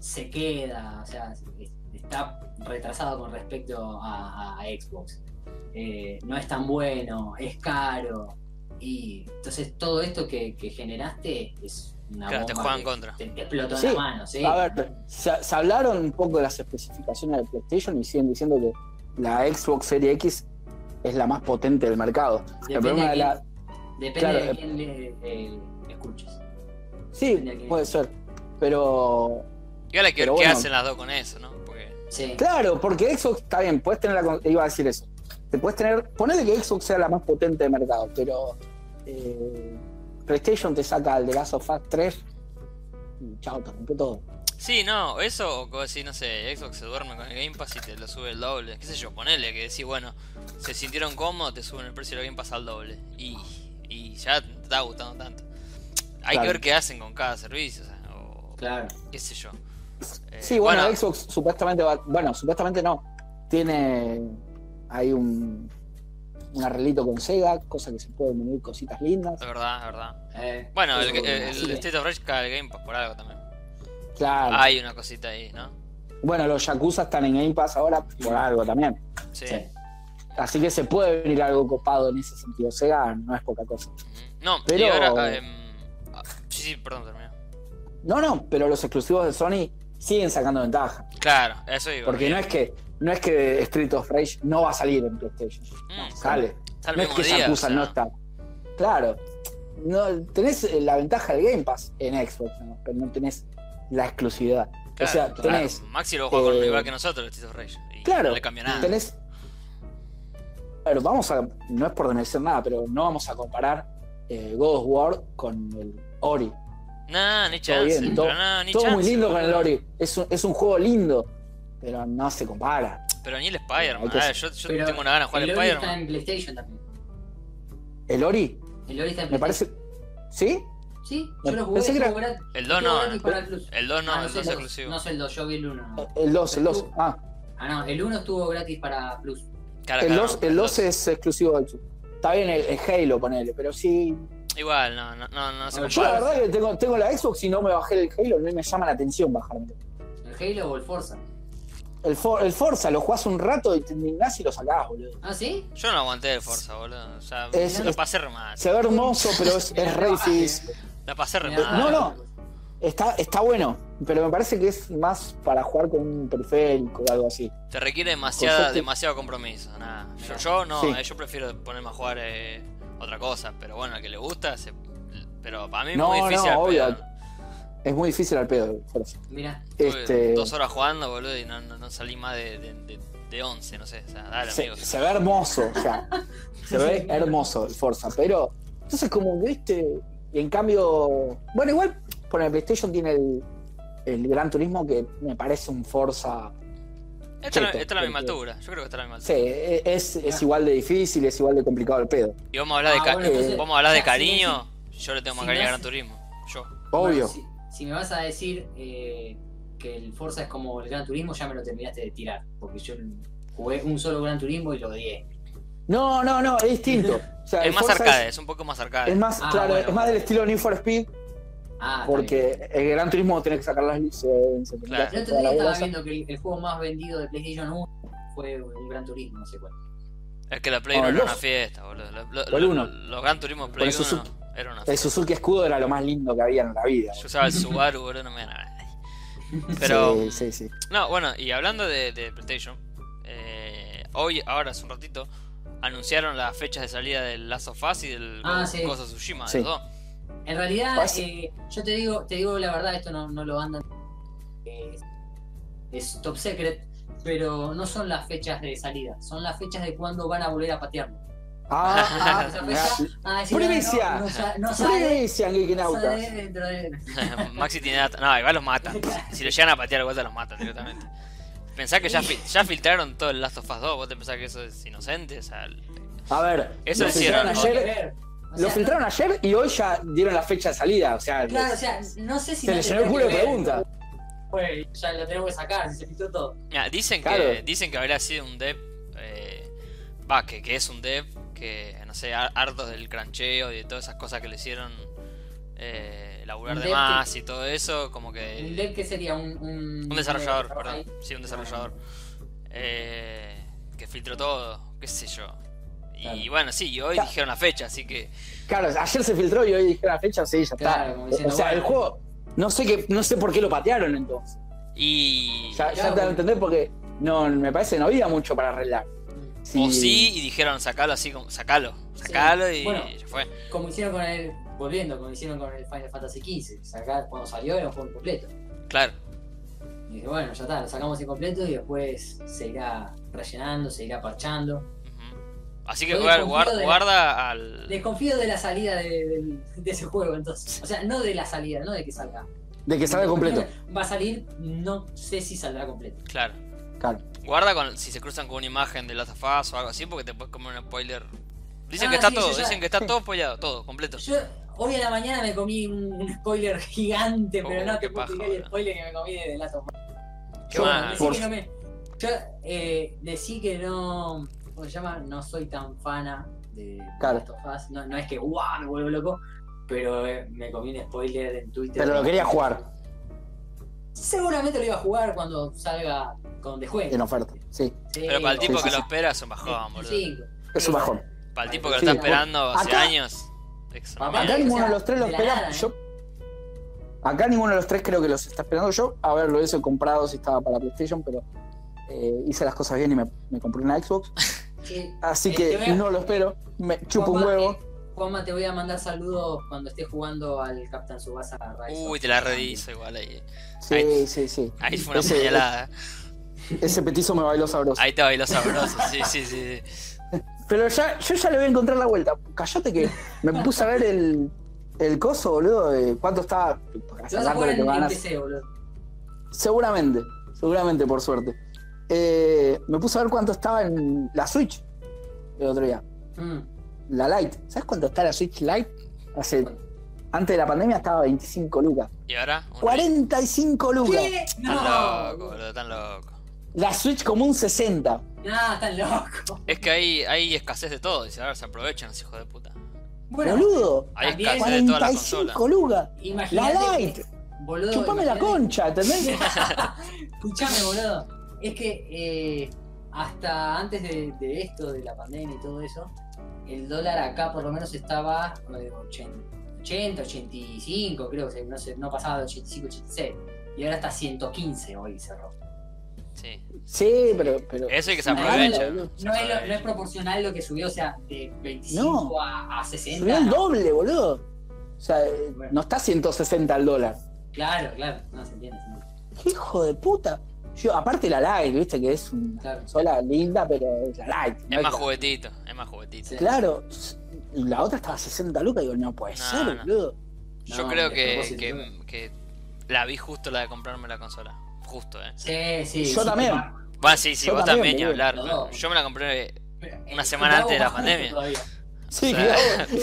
C: se queda, o sea, es- está retrasado con respecto a, a- a Xbox. eh, no es tan bueno, es caro. Y entonces todo esto que, que generaste es una
B: Claro, te
C: bomba
B: juegan
C: que
B: contra.
C: Te, te explotó
A: Sí.
C: en la mano, sí.
A: A ver, se, se hablaron un poco de las especificaciones de PlayStation y siguen diciendo que la Xbox Series X es la más potente del mercado. El
C: Depende
A: problema de
C: de
A: la...
C: Depende
A: claro,
C: de
A: eh,
C: quién le, eh, escuches. depende de
A: Sí,
C: quién.
A: puede ser. Pero
B: Y ahora, ¿qué,
A: Pero
B: qué
A: bueno.
B: hacen las dos con eso, no? Porque
C: Sí.
A: Claro, porque Xbox está bien, puedes tener la. con- Iba a decir eso. Te puedes tener. Ponele que Xbox sea la más potente de mercado, pero. eh, PlayStation te saca el de Last of Us 3. Y chao, te rompe todo.
B: Sí, no, eso o como si, no sé, Xbox se duerme con el Game Pass y te lo sube el doble. Qué sé yo, ponele que decís, bueno, se sintieron cómodos, te suben el precio del Game Pass al doble. Y, y ya te está gustando tanto. Hay que
A: Claro.
B: ver qué hacen con cada servicio, o, sea, o
C: Claro.
B: qué sé yo. Eh,
A: Sí, bueno, Xbox supuestamente va. Bueno, supuestamente no. Tiene. Hay un. Un arreglito con Sega, cosa que se pueden venir cositas lindas.
B: es verdad, es verdad.
C: eh,
B: Bueno, el,
C: pero
B: el- el
C: así es.
B: State of Rage cae al Game Pass por algo también.
A: Claro.
B: Hay una cosita ahí, ¿no?
A: Bueno, los Yakuza están en Game Pass ahora por algo también.
B: Sí.
C: Sí.
A: Así que se puede venir algo copado en ese sentido. Sega no es poca cosa.
B: Ujú. No, y
A: Pero-
B: ahora. em, ah, sí, sí, perdón, terminé.
A: No, no, pero los exclusivos de Sony siguen sacando ventaja.
B: Claro, eso digo.
A: Porque no es que no es que Street of Rage no va a salir en PlayStation.
B: Mm,
A: Sale.
B: está el
A: No es
B: mismo
A: que
B: día, o
A: Yakuza
B: sea.
A: no está. Claro. No, tenés eh, la ventaja del Game Pass en Xbox, ¿no? pero no tenés la exclusividad. o
B: Claro,
A: sea,
B: claro.
A: tenés.
B: Maxi lo juega con
A: eh,
B: igual que nosotros, el Tito Reyes. Y
A: Claro.
B: No le cambia nada.
A: Tenés. Claro, vamos a. No es por desmerecer nada, pero no vamos a comparar eh, God of War con el Ori.
B: Nah, ni
A: Todo
B: chance.
A: bien, todo-
B: pero nah, ni
A: Todo
B: chance,
A: muy lindo con el
B: boludo.
A: Ori. Es un, es un juego lindo, pero no se compara.
B: Pero ni el Spider-Man.
A: Hay que
B: Ah,
A: ser-
B: yo yo
C: Pero
B: tengo una gana de jugar al
C: el Ori está
B: Spider-Man.
C: en PlayStation también.
A: El Ori,
C: El Ori está en
A: me
C: PlayStation.
A: parece. ¿Sí?
C: Sí,
A: Me
C: yo lo jugué.
A: pensé que era-
C: jugué gratis-
B: El 2
C: jugué
B: no.
C: gratis para el Plus.
B: El 2
C: Ah,
B: no, el 2
C: sé
B: es
C: el
B: exclusivo. Oh.
C: No sé el 2, yo vi el 1.
A: El 2, el 2. Ah,
C: Ah, no, el 1 estuvo gratis para Plus.
B: Cara,
A: el
B: cara,
A: 2,
B: no,
A: el 2 es exclusivo de Xbox. Está bien el, el Halo, ponele, pero sí.
B: Igual, no, no, no, no se
C: Yo
A: Yo la
B: compara.
A: verdad que tengo, tengo la Xbox y no me bajé el Halo, no me llama la atención bajarme.
C: ¿El Halo o el Forza?
A: El, For- el Forza lo jugás un rato y te indignás y lo sacás, boludo.
C: ¿Ah, sí?
B: Yo no aguanté el Forza, boludo. O sea,
A: Es-
B: la
A: es-
B: pasé re mal.
A: Se ve hermoso, pero es, es re difícil.
B: La pasé re
C: Mirá,
B: mal.
A: No, no. Está, está bueno, pero me parece que es más para jugar con un periférico o algo así.
B: Te requiere demasiada,
A: Concepto-
B: demasiado compromiso. Nada. Yo, yo no,
A: Sí.
B: eh, yo prefiero ponerme a jugar eh, otra cosa. Pero bueno, al que le gusta, se- pero para mí
A: No,
B: es muy difícil.
A: no,
B: al pedo,
A: obvio. Es muy difícil al pedo el Forza.
C: Mira,
B: Estuve
A: Este,
B: dos horas jugando, boludo, y no, no, no salí más de, de, de, de 11, no sé. O sea, dale,
A: se,
B: amigo.
A: se ve hermoso, o sea, se ve hermoso el Forza, pero entonces como que, viste, y en cambio, bueno, igual por el PlayStation tiene el, el Gran Turismo que me parece un Forza,
B: Esta, es la-
A: cheto,
B: esta es la misma
A: porque-
B: altura, yo creo que esta es la misma
A: sí,
B: altura.
A: e- es,
B: Ah.
A: es igual de difícil, es igual de complicado el pedo,
B: Y vamos a hablar de,
C: Ah,
B: ca-
C: bueno,
A: entonces-
B: vamos a hablar de
C: ya, sí,
B: cariño. Yo le tengo más
C: Si
B: cariño a
C: no
B: Gran
C: es-
B: Turismo. Yo.
A: obvio.
C: bueno, si, si me vas a decir eh, que el Forza es como el Gran Turismo, ya me lo terminaste de tirar. Porque yo jugué un solo Gran Turismo y lo odié.
A: No, no, no, es distinto. O sea, el
B: es más
A: Forza
B: arcade, es, un poco más arcade.
A: es más,
C: Ah,
A: claro,
C: bueno,
A: es más del
C: bueno.
A: estilo Need for Speed,
C: Ah, está bien.
A: porque el Gran Turismo tenés que sacar las licencias. tenés que
B: Claro.
C: El
A: hacer
C: otro
A: toda la
C: día estaba
A: bolsa.
C: viendo que el, el juego más vendido de PlayStation 1 fue un Gran Turismo, no sé cuál.
B: Es que la Play
A: Oh,
C: Ah,
B: 1 era
A: los-
B: una fiesta, boludo. Lo- lo-
A: O el
B: lo-
A: uno.
B: Los Gran Turismo
A: Con
B: Play
A: el
B: 1
A: Suzuki.
B: era una
A: El
B: fiesta.
A: Suzuki Escudo era lo más lindo que había en la vida.
B: Yo usaba el Subaru, boludo, no me ganaba. Pero.
A: Sí, sí, sí.
B: No, bueno, y hablando de, de PlayStation, eh, hoy, ahora hace un ratito, anunciaron las fechas de salida del Last of Us y del
C: Ah,
B: Ghost-
C: sí.
B: Ghost of Tsushima, de
A: Sí.
B: los dos.
C: En realidad,
A: Pasa-
C: eh, yo te digo, te digo la verdad, esto no, no lo andan. eh, es top secret, pero no son las fechas de salida, son las fechas de cuándo van a volver a patearlo.
A: Ah,
C: Esa
A: ah,
C: fecha,
A: mirá.
C: ah, decir,
A: ¡Primicia!
C: ah, No, no, sa- no sale,
A: Primicia,
C: no
A: Geekinautas.
C: sale dentro de.
B: Maxi tiene data. No, igual los matan. Si lo llegan a patear, igual te los matan directamente. Pensá que ya, fi- ya filtraron todo el Last of Us 2. ¿Vos te pensás que eso es inocente? O sea, el-
A: A ver,
B: Eso
A: lo
B: es
A: filtraron
B: cierto.
A: ayer,
C: O
A: lo
C: sea,
A: filtraron ayer y hoy ya dieron la fecha de salida. O sea,
C: Claro, o sea, no sé si.
A: se
C: no
A: le llenó el
C: tendría
A: culo de
C: que ver,
A: preguntas.
C: pues, ya lo tenemos que sacar, se filtró todo.
B: mira, dicen, que,
A: Claro.
B: dicen que habría sido un dev. eh, Va, que, que es un dev que, no sé, har- hartos del crancheo y de todas esas cosas que le hicieron eh, laburar
C: Un
B: de
C: dev que-
B: más y todo eso. Como que.
C: Un dev que sería un. Un,
B: Eh, Un desarrollador,
C: trabaja ahí.
B: perdón. Sí, un desarrollador. Eh, que filtró todo, qué sé yo. Y bueno, sí, y hoy
A: Claro.
B: dijeron la fecha, así que.
A: Claro, ayer se filtró y hoy dije la fecha, sí, ya
C: Claro,
A: está. O
C: como diciendo,
A: sea, el
C: bueno.
A: juego, no sé qué, no sé por qué lo patearon entonces.
B: Y.
A: Ya, ya
C: Claro,
A: te van
C: porque-
A: a entender porque no, me parece que no había mucho para arreglar.
B: O sí, y dijeron sacalo así como. Sacalo,
C: Sí.
B: sacalo y
C: Bueno.
B: ya fue.
C: Como hicieron con el. Volviendo, como hicieron con el Final Fantasy XV. Sacar, cuando salió era un juego completo.
B: Claro.
C: Y dije, bueno, ya está, lo sacamos incompleto y después se irá rellenando, se irá parchando.
B: Ujú. Así que
C: Yo
B: guarda,
C: desconfío
B: guarda,
C: de la-
B: guarda al.
C: Desconfío de la salida de, del- de ese juego, entonces. O sea, no de la salida, no de que salga.
A: De que salga completo.
C: Va a salir, no sé si saldrá completo.
B: Claro.
A: Claro.
B: Guarda con, si se cruzan con una imagen de Last of Us o algo así, porque te puedes comer un spoiler. Dicen
C: Ah,
B: que está
C: sí,
B: todo,
C: sí, ya.
B: dicen que está todo apoyado, todo, completo.
C: Yo hoy a la mañana me comí un un spoiler gigante, pero
B: Oh,
C: no te
B: qué
C: puedo
B: paja,
C: explicar el
B: boludo.
C: spoiler que me comí de Last of Us.
B: Qué
A: yo-
B: mal.
C: Decí
A: Por-
C: que no me- Yo eh, decí que no. ¿Cómo se llama? No soy tan fana de
A: Claro.
C: Last of Us. No, no es que ¡guau! me vuelvo loco, pero eh, me comí un spoiler en Twitter.
A: Pero lo quería jugar.
C: Seguramente lo iba a jugar cuando salga con The Juego.
A: En oferta, sí.
B: Pero para el tipo
A: sí,
B: que
A: sí,
B: lo espera es un bajón, boludo.
A: Es un bajón.
B: Para el tipo que lo
C: Ay,
A: sí,
B: está
A: por-
B: esperando hace
A: acá-
B: años. es una
C: Papá,
B: mierda.
A: Acá ninguno
C: sea,
A: de los tres lo
C: de la
A: espera.
C: nada, ¿eh?
A: yo, acá ninguno de los tres creo que los está esperando yo. A ver, lo hubiese comprado si estaba para PlayStation, pero eh, hice las cosas bien y me, me compré una Xbox. Así
C: Eh,
A: que
C: te voy a-
A: no lo espero. Me chupo un
C: Juanma,
A: huevo.
C: eh, Juanma, te voy a mandar saludos cuando estés jugando al Captain Subasa Rise. of
B: Uy, te la
C: Sand.
B: redizo igual ahí.
A: Sí,
B: ahí-
A: sí, sí.
B: Ahí fue una
A: Ese-
B: señalada.
A: Ese petizo me bailó sabroso.
B: Ahí te bailó sabroso, sí, sí, sí. sí.
A: Pero ya, yo ya le voy a encontrar la vuelta. Callate que me puse a ver el, el coso, boludo, de cuánto estaba.
C: Te vas a jugar
A: Sacando que
C: en,
A: van
C: en
A: a-
C: PC, boludo.
A: Seguramente, seguramente, por suerte. Eh, me puse a ver cuánto estaba en la Switch el otro día.
C: Mm.
A: La Lite. ¿Sabes cuánto está la Switch Lite? Hace, antes de la pandemia estaba 25 lucas.
B: ¿Y ahora? Un-
A: 45 lucas.
C: ¿Qué?
B: Tan loco,
C: No.
B: boludo, tan loco.
A: La Switch como un 60.
C: No, están locos.
B: Es que hay, hay escasez de todo, dice, ahora se aprovechan los hijos de puta.
C: Bueno,
A: Boludo.
B: Hay
C: También
B: escasez de todas las consolas.
A: 45 lucas.
C: imagínate.
A: La
C: que-
A: Lite.
C: Boludo.
A: Chupame la
C: imagínate-
A: concha, ¿entendés?
C: Escuchame, boludo. Es que eh, hasta antes de, de esto, de la pandemia y todo eso, el dólar acá por lo menos estaba eh, 80, 80, 85, creo que no, sé, no pasaba de 85, 86. Y ahora está 115 hoy cerró.
B: Sí.
A: Sí, pero. pero
B: Eso hay que se
C: Ahora
B: aprovecha.
A: lo-
B: se
C: No es, lo- no es
B: aprovecha.
C: proporcional lo que subió, o sea, de 25
A: No.
C: a, a 60.
A: Subió el
C: no.
A: doble, boludo. O sea, eh,
C: Bueno.
A: no está 160 al dólar.
C: Claro, claro, no se entiende. se entiende.
A: ¡Qué hijo de puta! Yo, aparte la Lite, viste que es una
C: Claro.
A: consola linda, pero es la Lite. ¿no?
B: Es más juguetito, es más juguetito.
C: Sí.
A: Claro, y la otra estaba a 60 lucas, digo, no puede
B: No,
A: ser,
B: no.
A: boludo.
B: Yo
C: No,
B: creo
C: de
B: que,
C: propósito,
B: que,
C: ¿no?
B: que la vi justo la de comprarme la consola. Justo, eh.
C: Sí, sí.
A: Yo
C: sí,
A: también.
C: claro.
B: Va, sí, sí,
A: Yo
B: vos también,
A: también,
B: ni
A: boludo,
B: hablar.
C: los dos.
B: Yo me la compré Una
C: Eh,
B: semana antes de la
C: Gabo más
B: pandemia.
C: todavía.
A: Sí,
B: Sí.
A: Gabo,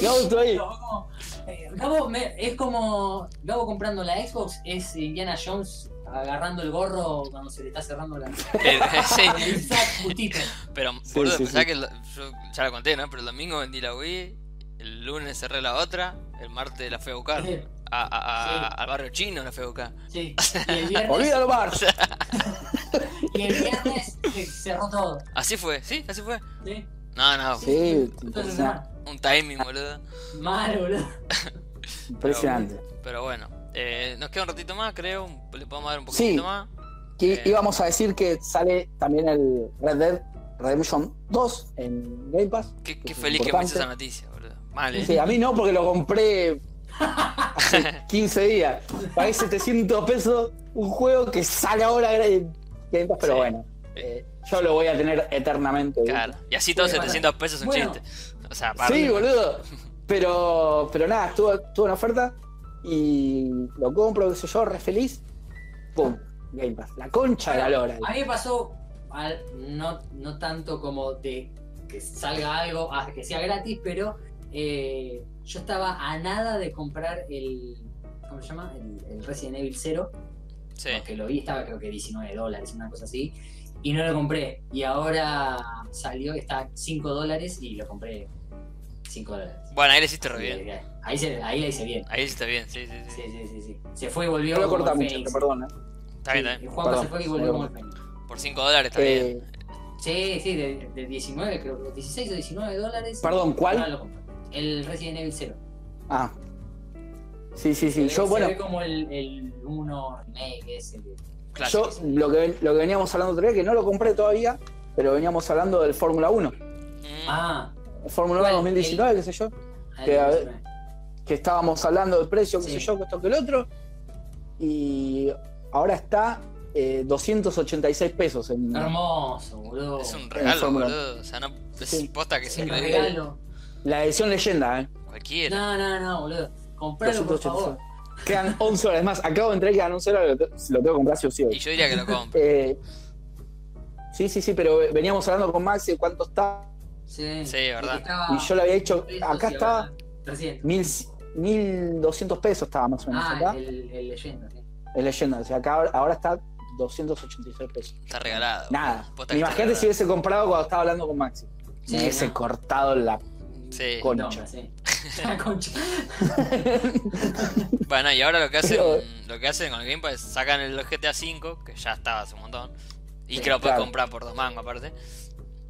A: Gabo, tú ahí.
C: Gabo, eh, Gabo me- es como Gabo comprando la Xbox, es Indiana Jones agarrando el gorro cuando se le está cerrando la.
B: Eh, sí,
C: el sac justito.
B: pero
A: Sí,
B: boludo,
A: sí,
B: pensá
A: sí.
B: que lo- yo ya lo conté, ¿no? Pero el domingo vendí la Wii, el lunes cerré la otra, el martes la fui a buscar
C: Sí,
B: a- a- a-
C: Sí.
B: al barrio chino, la fui a buscar.
C: sí. Y el viernes,
A: Olvídalo, Bar.
C: y el viernes se cerró todo.
B: Así fue, sí, así fue.
C: ¿sí?
B: No, no,
A: Sí,
C: Toda la
A: impresionante.
C: semana.
B: un timing, boludo.
C: Mal, boludo.
A: impresionante.
B: Pero bueno, eh, nos queda un ratito más, creo. un- Le podemos dar un
A: Sí.
B: poquitito más.
A: Que
B: Eh.
A: íbamos a decir que sale también el Red Dead Redemption 2 en Game Pass.
B: Qué, qué
A: Es
B: feliz que me hizo
A: importante.
B: esa noticia, boludo. Mal, eh.
A: Sí, a mí no, porque lo compré hace 15 días. Pagué 700 pesos un juego que sale ahora en Game Pass, pero
B: Sí.
A: bueno, eh, yo lo voy a tener eternamente.
B: Claro. Y así todos
C: Bueno,
B: 700 pesos es un
C: bueno.
B: chiste. O sea, aparte.
A: Sí, boludo. Pero, pero nada, estuvo, estuvo en oferta y lo compro, qué sé yo, re feliz. ¡Pum! Game Pass. La concha de la lora.
C: A mí me pasó, al- no, no tanto como de que salga algo, a que sea gratis, pero eh, yo estaba a nada de comprar el. ¿Cómo se llama? El, el Resident Evil 0,
B: Sí.
C: que lo vi, estaba creo que 19 dólares, una cosa así, y no lo compré. Y ahora salió, está a 5 dólares y lo compré 5 dólares.
B: Bueno, ahí le hiciste re
C: Así
B: bien.
C: que Ahí, se, ahí la hice bien.
B: Ahí le hiciste bien, sí, sí, sí.
C: Sí, sí, sí, sí. Se fue y volvió.
A: No lo
C: como
A: corta
C: el
A: mucho,
C: Fénix.
A: perdón. eh.
B: Está bien,
C: Sí,
B: está bien.
C: el Juanjo se
A: Perdón,
C: fue y volvió como el
A: perdón.
C: Fénix.
B: Por 5 dólares está
A: Eh,
B: bien.
C: Sí, sí, de, de 19, creo que 16 o 19 dólares.
A: Perdón,
C: Ah,
A: ¿cuál?
C: lo compré. el Resident Evil 0.
A: Ah. Sí, sí, sí.
C: El
A: Yo,
C: se
A: bueno,
C: ve como el, el 1 remake ese. de-
B: Mm.
A: yo
B: Clásico.
A: lo que, lo que veníamos hablando todavía, que no lo compré todavía, pero veníamos hablando del Fórmula 1.
B: Mm,
C: Ah,
A: Fórmula 1
C: ¿Cuál?
A: 2019, qué sé yo.
C: el
A: Que, a ver,
C: 19.
A: que estábamos hablando del precio, qué
C: Sí.
A: sé yo, que esto que el otro. Y ahora está eh, 286 pesos en,
C: Hermoso, boludo.
B: es un regalo,
A: Fórmula.
B: boludo. O sea, no es
A: Oh, Sí.
B: posta que
C: Es
B: se
C: un
B: cree
C: regalo.
A: la edición leyenda. ¿eh?
B: cualquiera.
C: No, no, no, boludo. Compralo, por favor.
A: 286. Quedan 11 horas más. Acabo de entrar y quedan 11 horas. Lo, te- lo tengo que comprar sí o sí. hoy.
B: Y yo diría que lo compre.
A: Eh, sí, sí, sí, pero veníamos hablando con Max de cuánto está.
C: Sí,
B: Sí, verdad.
C: Ah,
A: Y yo le había dicho, acá está
C: Recién.
A: 1000 1200 pesos, estaba más o menos
C: Ah,
A: acá.
C: el, el leyenda, sí.
A: Es leyenda. O sea, acá ahora- ahora está 286 pesos.
B: Está regalado.
A: Nada.
B: Posta que está
A: Imagínate si
B: regalado.
A: hubiese comprado cuando estaba hablando con Maxi.
C: Sí,
A: me hubiese
C: no.
A: cortado la.
B: Sí.
A: Con-
C: No,
A: Concha.
C: sí. La concha.
B: Bueno, y ahora lo que hacen,
A: Pero-
B: lo que hacen con el Game Pass es sacan el GTA V, que ya estaba hace un montón, y
C: Sí,
B: que lo puedes
A: claro. Mm.
B: comprar por dos mangos aparte.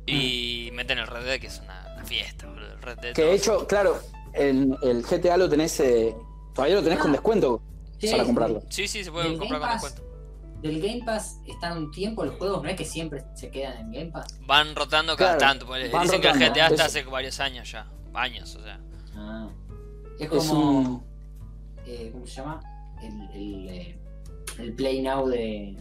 B: Y meten el Red Dead, que es una, una fiesta, boludo. El Red Dead
A: Que de
B: dos.
A: hecho, claro, el, el GTA lo tenés. eh, todavía lo tenés con descuento
C: Ah. Sí,
A: para comprarlo.
B: Sí, sí, se
C: Del
B: puede
C: Game
B: comprar con
C: Pass.
B: descuento.
C: Del Game Pass están un tiempo los juegos, no es que siempre se quedan en Game Pass.
B: Van rotando cada
A: Claro,
B: tanto. ponele.
A: van
B: Dicen que el
A: rotando,
B: GTA está
A: eso.
B: hace varios años ya. Años, o sea.
C: Ah. Es como.
A: Es un.
C: eh, ¿Cómo se llama? El, el, eh, el Play Now de.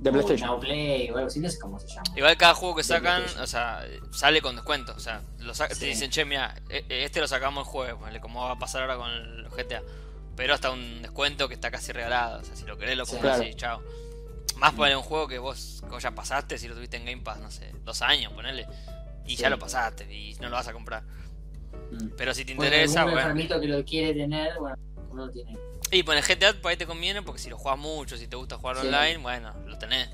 A: de PlayStation.
C: Now Play o algo así, no sé cómo se llama.
B: Igual cada juego que
C: De
B: sacan,
C: PlayStation.
B: o sea, sale con descuento. O sea, lo sa-
C: Sí.
B: te dicen, che, mira, este lo sacamos el jueves, ponele, como va a pasar ahora con el GTA. Pero hasta un descuento que está casi regalado. O sea, si lo querés lo
C: Sí.
B: compras
A: Claro.
B: y chao. Más ponele un juego que vos como ya pasaste, si lo tuviste en Game Pass, no sé, dos años, ponele. Y
C: Sí.
B: ya lo pasaste y no lo vas a comprar.
C: Mm.
B: Pero si te
C: Bueno,
B: interesa,
C: algún
B: bueno.
C: enfermito que lo quiere tener, bueno, uno lo tiene.
B: Y pone GTA, por ahí te conviene porque si lo juegas mucho, si te gusta jugar
C: Sí.
B: online, bueno, lo tenés.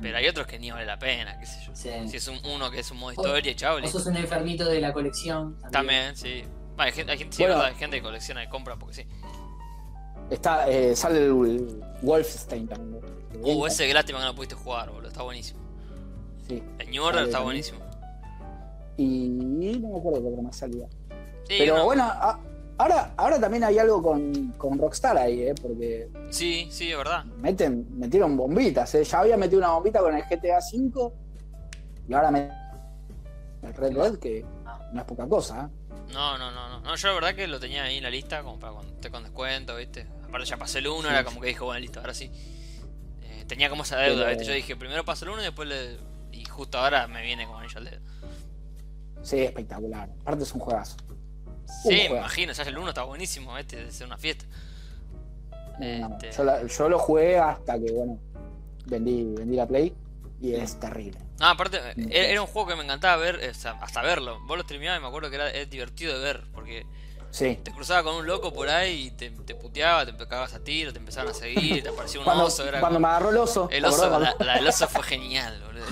B: Pero hay otros que ni vale la pena, qué sé yo.
C: Sí.
B: Si es un, uno que es un modo
C: Vos-
B: historia, y chao,
C: Vos
B: listo.
C: sos un enfermito de la colección.
B: También, sí. Bueno, hay gente, hay gente, sí,
A: Bueno.
B: verdad, hay gente que colecciona y compra porque sí.
A: Está, eh, sale el Wolfenstein también.
B: Uh, ese qué lástima que no pudiste jugar, boludo. Está buenísimo.
A: Sí.
B: El New Order
A: Sale
B: está
A: también.
B: buenísimo.
A: Y no me acuerdo qué otra más salía.
B: Sí,
A: Pero
B: uno-
A: bueno, a- ahora, ahora también hay algo con, con Rockstar ahí, ¿eh? porque
B: Sí, sí, es verdad.
A: meten, metieron bombitas. ¿eh? Ya había metido una bombita con el GTA V y ahora me el Red Dead, que no es poca cosa. ¿eh?
B: No, no, no, no. No, yo la verdad que lo tenía ahí en la lista, como para cuando esté con descuento, ¿viste? Aparte ya pasé el 1,
A: Sí.
B: era como que dije, bueno, listo, ahora sí. Eh, tenía como esa deuda,
A: Pero-
B: ¿viste? Yo dije, primero paso el 1 y después le... Y justo ahora me viene como anillo al dedo.
A: Sí, espectacular. Aparte es un juegazo.
B: Sí, me
A: juegazo.
B: imagino, ya el 1 está buenísimo, este, debe ser una fiesta.
A: No,
B: Este-
A: Eh, yo, la- yo lo jugué hasta que, bueno, vendí, vendí la Play y es terrible.
B: No, aparte, eh,
A: Entonces.
B: era un juego que me encantaba ver, eh, o sea, hasta verlo. Vos lo streameabas y me acuerdo que era, es divertido de ver, porque
A: Sí.
B: te cruzaba con un loco por ahí y te, te puteaba, te cagabas a tiro, te empezaban a seguir, te aparecía un
A: Cuando,
B: oso. Era
A: cuando me
B: como-
A: agarró el oso,
B: El
A: ¿te acordás
B: oso,
A: cuando-
B: la, la del oso fue genial, boludo.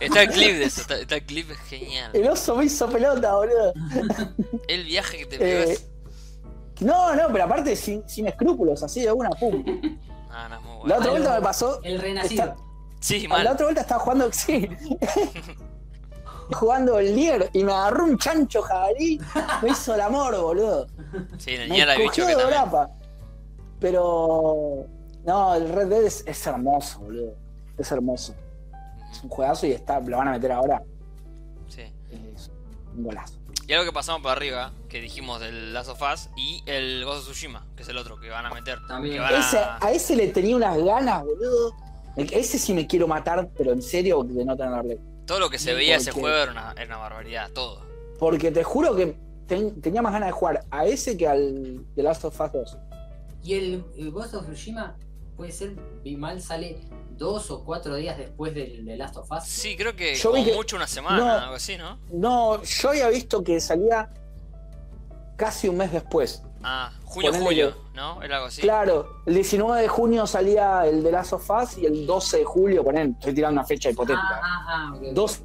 B: Está el clip de eso, está, está el clip es genial.
A: el oso me hizo pelota, boludo.
B: El viaje que te
A: Eh,
B: pegás.
A: no, no, pero aparte sin, sin escrúpulos, así de una, pum.
B: Ah, No, no, es muy bueno.
A: La otra
C: Algo-
A: vuelta me pasó.
C: El renacido.
A: Está-
B: Sí,
A: La
B: mal.
A: otra vuelta estaba jugando. Sí. jugando el Lier y me agarró un chancho jabalí. Me hizo el amor, boludo.
B: Sí, en el
A: Me
B: Nier hay bicho
A: cogió
B: que
A: de
B: también.
A: grapa. Pero. No, el Red Dead es, es hermoso, boludo. Es hermoso. Es un juegazo y está, lo van a meter ahora.
B: Sí.
A: Es un golazo.
B: Y algo que pasamos por arriba, que dijimos del Last of Us y el Ghost of Tsushima, que es el otro que van a meter.
C: También.
B: Que van a-
A: Ese- ah, a ese le tenía unas ganas, boludo. El- Ese sí me quiero matar, pero en serio, de no tener la Play.
B: Todo lo que se
A: Sí,
B: veía ese
A: porque-
B: juego era una, era una barbaridad, todo.
A: Porque te juro que ten- tenía más ganas de jugar a ese que al The Last of Us 2.
C: Y el, el Ghost of Tsushima puede ser, vi mal, sale dos o cuatro días después del de Last of Us.
B: Sí, creo que
A: Yo vi
B: como
A: que-
B: mucho una semana,
A: No.
B: algo así, ¿no?
A: No, yo había visto que salía casi un mes después.
B: Ah, junio,
A: Ponele
B: julio, ¿no? Era algo así.
A: Claro, el 19 de junio salía el de Last of Us y el 12 de julio, ponen, estoy tirando una fecha
C: Ah,
A: hipotética.
C: ah, ah, ok.
A: Dos,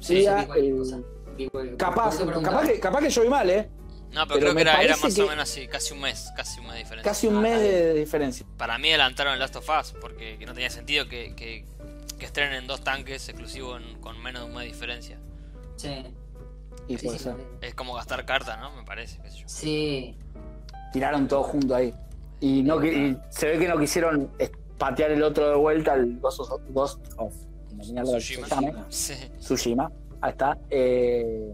C: Sí,
A: días,
C: sí, cualquier
A: el-
C: cosa. Digo, por
A: capaz,
C: eso preguntaba.
A: capaz que, capaz que yo vi mal, ¿eh?
B: No, pero,
A: Pero
B: creo que
A: me
B: era, era
A: parece
B: más o
A: que-
B: menos así, casi un mes, casi un mes de
C: Ah,
B: diferencia.
A: Casi un mes de diferencia.
B: Para mí adelantaron el Last of Us, porque que no tenía sentido que, que que estrenen dos tanques exclusivos en- con menos de un mes de diferencia.
C: Sí.
A: Y
C: Sí,
A: por
C: sí,
A: eso.
C: también.
B: Es como gastar carta, ¿no? Me parece, qué sé yo.
C: sí.
A: Tiraron todo junto ahí. Y, no, qui- y se ve que no quisieron es- patear el otro de vuelta al Ghost of. Ghost of- la mierda que se
B: Tsushima.
A: llame,
B: Sí.
A: Tsushima. Ahí está. eh,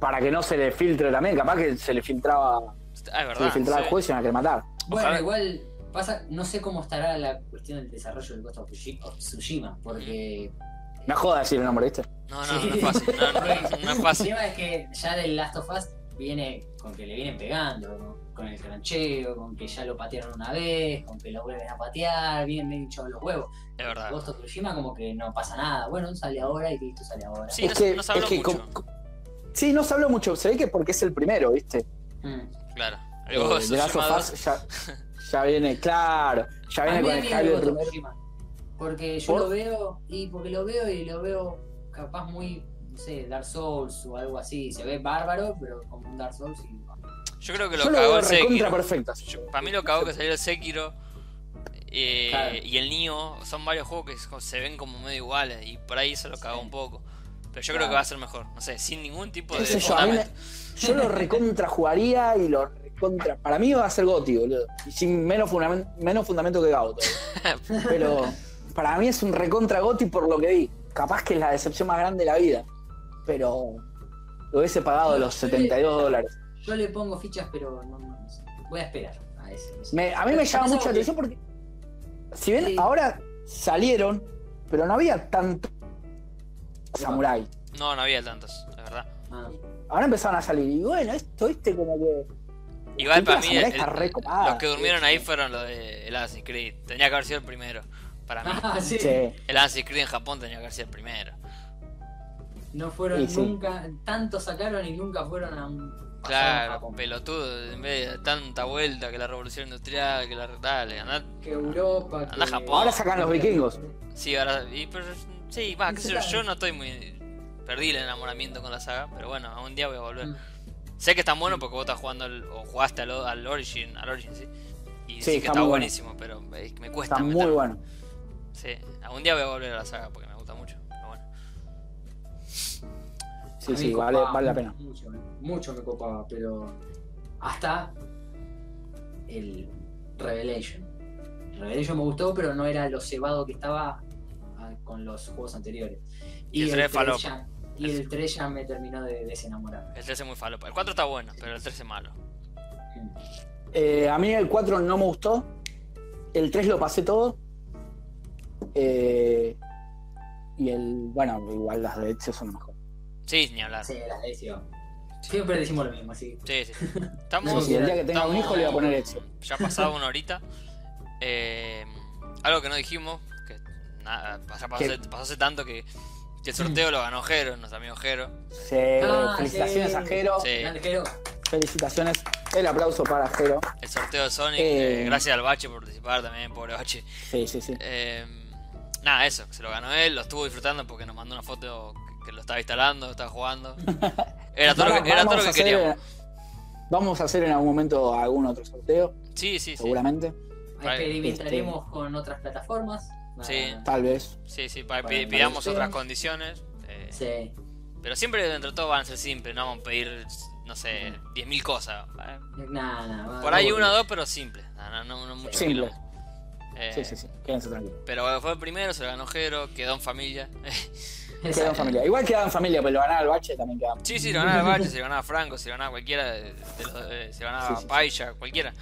A: para que no se le filtre también. Capaz que se le filtraba,
B: Ah, es
A: se le
B: verdad.
A: filtraba
B: sí.
A: el juego y se iban a querer matar.
C: Bueno,
B: Ojalá.
C: igual pasa, no sé cómo estará la cuestión del desarrollo del Ghost of Tsushi- of Tsushima, porque
A: Mm. No jodas decir el nombre, ¿viste?
B: No, no,
C: Sí.
B: no es fácil. No, no, no, no es
C: el
B: fácil.
C: tema es que ya del Last of Us viene con que le vienen pegando, ¿no? con el crancheo, con que ya lo patearon una vez, con que lo vuelven a patear, vienen bien hinchados los huevos.
B: Es verdad.
C: Ghost of Tsushima como que no pasa nada, bueno, sale ahora y listo, sale ahora.
B: Sí, no, se- no se habló mucho.
A: com- com- sí, no se habló mucho. Se ve que porque es el primero, ¿viste?
C: Mm.
B: Claro.
A: Eh,
B: Luego
A: The Last of
B: Tsushima
A: Us ya, ya viene, claro. Ya
C: A
A: viene
C: mí
A: con
C: me
A: el
C: viene
A: hype del
C: Ghost of
A: primero.
C: Tsushima, Porque yo
A: ¿Por?
C: lo veo, y porque lo veo y lo veo capaz muy, no sé, Dark Souls o algo así. Se ve bárbaro, pero como un Dark Souls y
B: Yo creo que
A: Yo
B: lo
A: lo veo
B: cagó el
A: recontra
B: Sekiro.
A: perfecto.
B: Para mí lo cagó que salió el Sekiro. eh,
C: Claro.
B: Y el Nioh. Son varios juegos que se- se ven como medio iguales. Y por ahí se lo cagó
C: Sí.
B: un poco. Pero yo creo
C: Claro.
B: que va a ser mejor. No sé, sin ningún tipo
A: Qué
B: de.
A: sé yo, a mí me-
B: fundamento.
A: yo lo recontra jugaría y lo recontra. Para mí va a ser Gotti, boludo. Y Sin menos, fundamen- menos fundamento que Gauto. Pero para mí es un recontra Gotti por lo que vi. Capaz que es la decepción más grande de la vida. Pero lo hubiese pagado los 72 dólares.
C: Yo le pongo fichas, pero no, no sé. Voy a esperar a ese. no sé.
A: Me- a mí me llama
C: Pensaba
A: mucho la
C: que-
A: atención porque. Si bien
C: Sí.
A: ahora salieron, pero no había tanto. Samurai.
B: No, no había tantos, la verdad.
C: Ah,
A: Ahora empezaron a salir. Y bueno, esto, viste, como que.
B: Igual para
A: La
B: mí,
A: samurai
B: el-
A: está re copada,
B: los que durmieron
A: sí,
B: ahí
A: sí.
B: fueron los de el Assassin's Creed. Tenía que haber sido el primero. Para mí,
C: Ah, sí.
A: Che,
B: el Assassin's Creed en Japón tenía que haber sido el primero.
C: No fueron
A: Sí, sí.
C: nunca, tanto sacaron y nunca fueron a un. pasaron a
B: Claro,
C: Japón.
B: pelotudo, en vez de tanta vuelta que la revolución industrial, que la. Dale, andá.
C: Que Europa.
B: Anda a
C: que-
B: Japón.
A: Ahora sacan los vikingos.
B: Sí, ahora. Y, pero, sí, va, qué sé yo,
C: Claro.
B: yo no estoy muy. Perdí el enamoramiento con la saga, pero bueno, un día voy a volver.
C: Mm.
B: Sé que está bueno porque vos estás jugando al- o jugaste al, al Origin, al Origin, sí. Y sí,
A: Sí,
B: que
A: está
B: está,
A: muy bueno.
B: buenísimo, pero eh, me cuesta.
A: Está muy
B: meterme.
A: bueno.
B: Sí, algún día voy a volver a la saga porque me gusta mucho. Pero bueno,
A: Sí,
C: A mí
A: sí,
C: me
A: vale,
C: copaba
A: vale la
C: mucho,
A: pena.
C: Mucho, mucho me copaba, pero. Hasta. El Revelation. El Revelation me gustó, pero no era lo cebado que estaba ah, con los juegos anteriores.
B: Y el tres es falopa.
C: Trellan- y el Trellan me terminó de desenamorar.
B: el 13 es muy falopa. El 4 está bueno, pero el 13 es malo.
A: Eh, a mí el 4 no me gustó. El 3 lo pasé todo. Eh, y el. Bueno, igual las de Ezio son mejor.
B: Sí, ni hablar.
C: Sí,
B: Sí,
C: las decía. Siempre decimos lo mismo, así.
B: sí. Estamos.
A: Sí, sí, el día que tenga un hijo le voy a poner Ezio.
B: Ya ha pasado una horita. Eh, algo que no dijimos, que nada, ya pasó,
A: ¿Qué?
B: hace- pasó hace tanto que, que el sorteo lo ganó Jero, nuestro amigo Jero.
A: Sí,
C: Ah,
A: felicitaciones
C: sí.
A: a Jero.
B: Sí,
C: Grande Jero.
A: Felicitaciones. El aplauso para Jero.
B: el sorteo de Sonic.
A: Eh.
B: eh, gracias al Bache por participar también, pobre Bache.
A: Sí, sí, sí.
B: Eh, nada, eso, se lo ganó él, lo estuvo disfrutando porque nos mandó una foto que, que lo estaba instalando, estaba jugando. Era todo lo que, era todo lo
A: Vamos a
B: que
A: hacer-
B: queríamos.
A: Vamos a hacer en algún momento algún otro sorteo,
B: Sí, sí, sí.
A: eh, seguramente.
B: Vale.
C: Experimentaremos con otras plataformas.
B: Sí.
C: Ah,
A: Tal vez.
B: Sí, sí, pa-
A: Para
B: pi-
A: el
B: pidamos
C: sorteo.
B: otras condiciones. eh,
C: Sí.
B: Pero siempre dentro de todo van a ser simples, no vamos a pedir, no sé, 10.000 cosas. ¿eh?
C: Nada, nada.
B: Por ahí una o dos, pero simples. No, no, no, no mucho
A: Simple.
B: quilombo. Eh,
A: Sí, sí, sí. Quédense tranquilos.
B: Pero bueno, fue el primero, se lo ganó Jero, quedó en familia.
A: Quedan en familia. Igual quedan en familia, pero lo ganar al bache también quedan.
B: sí, sí, lo ganaba Bache, se lo ganaba Franco, se lo ganaba cualquiera, de- de los- eh, se lo ganaba
A: Sí, sí, sí.
B: Pailla, cualquiera.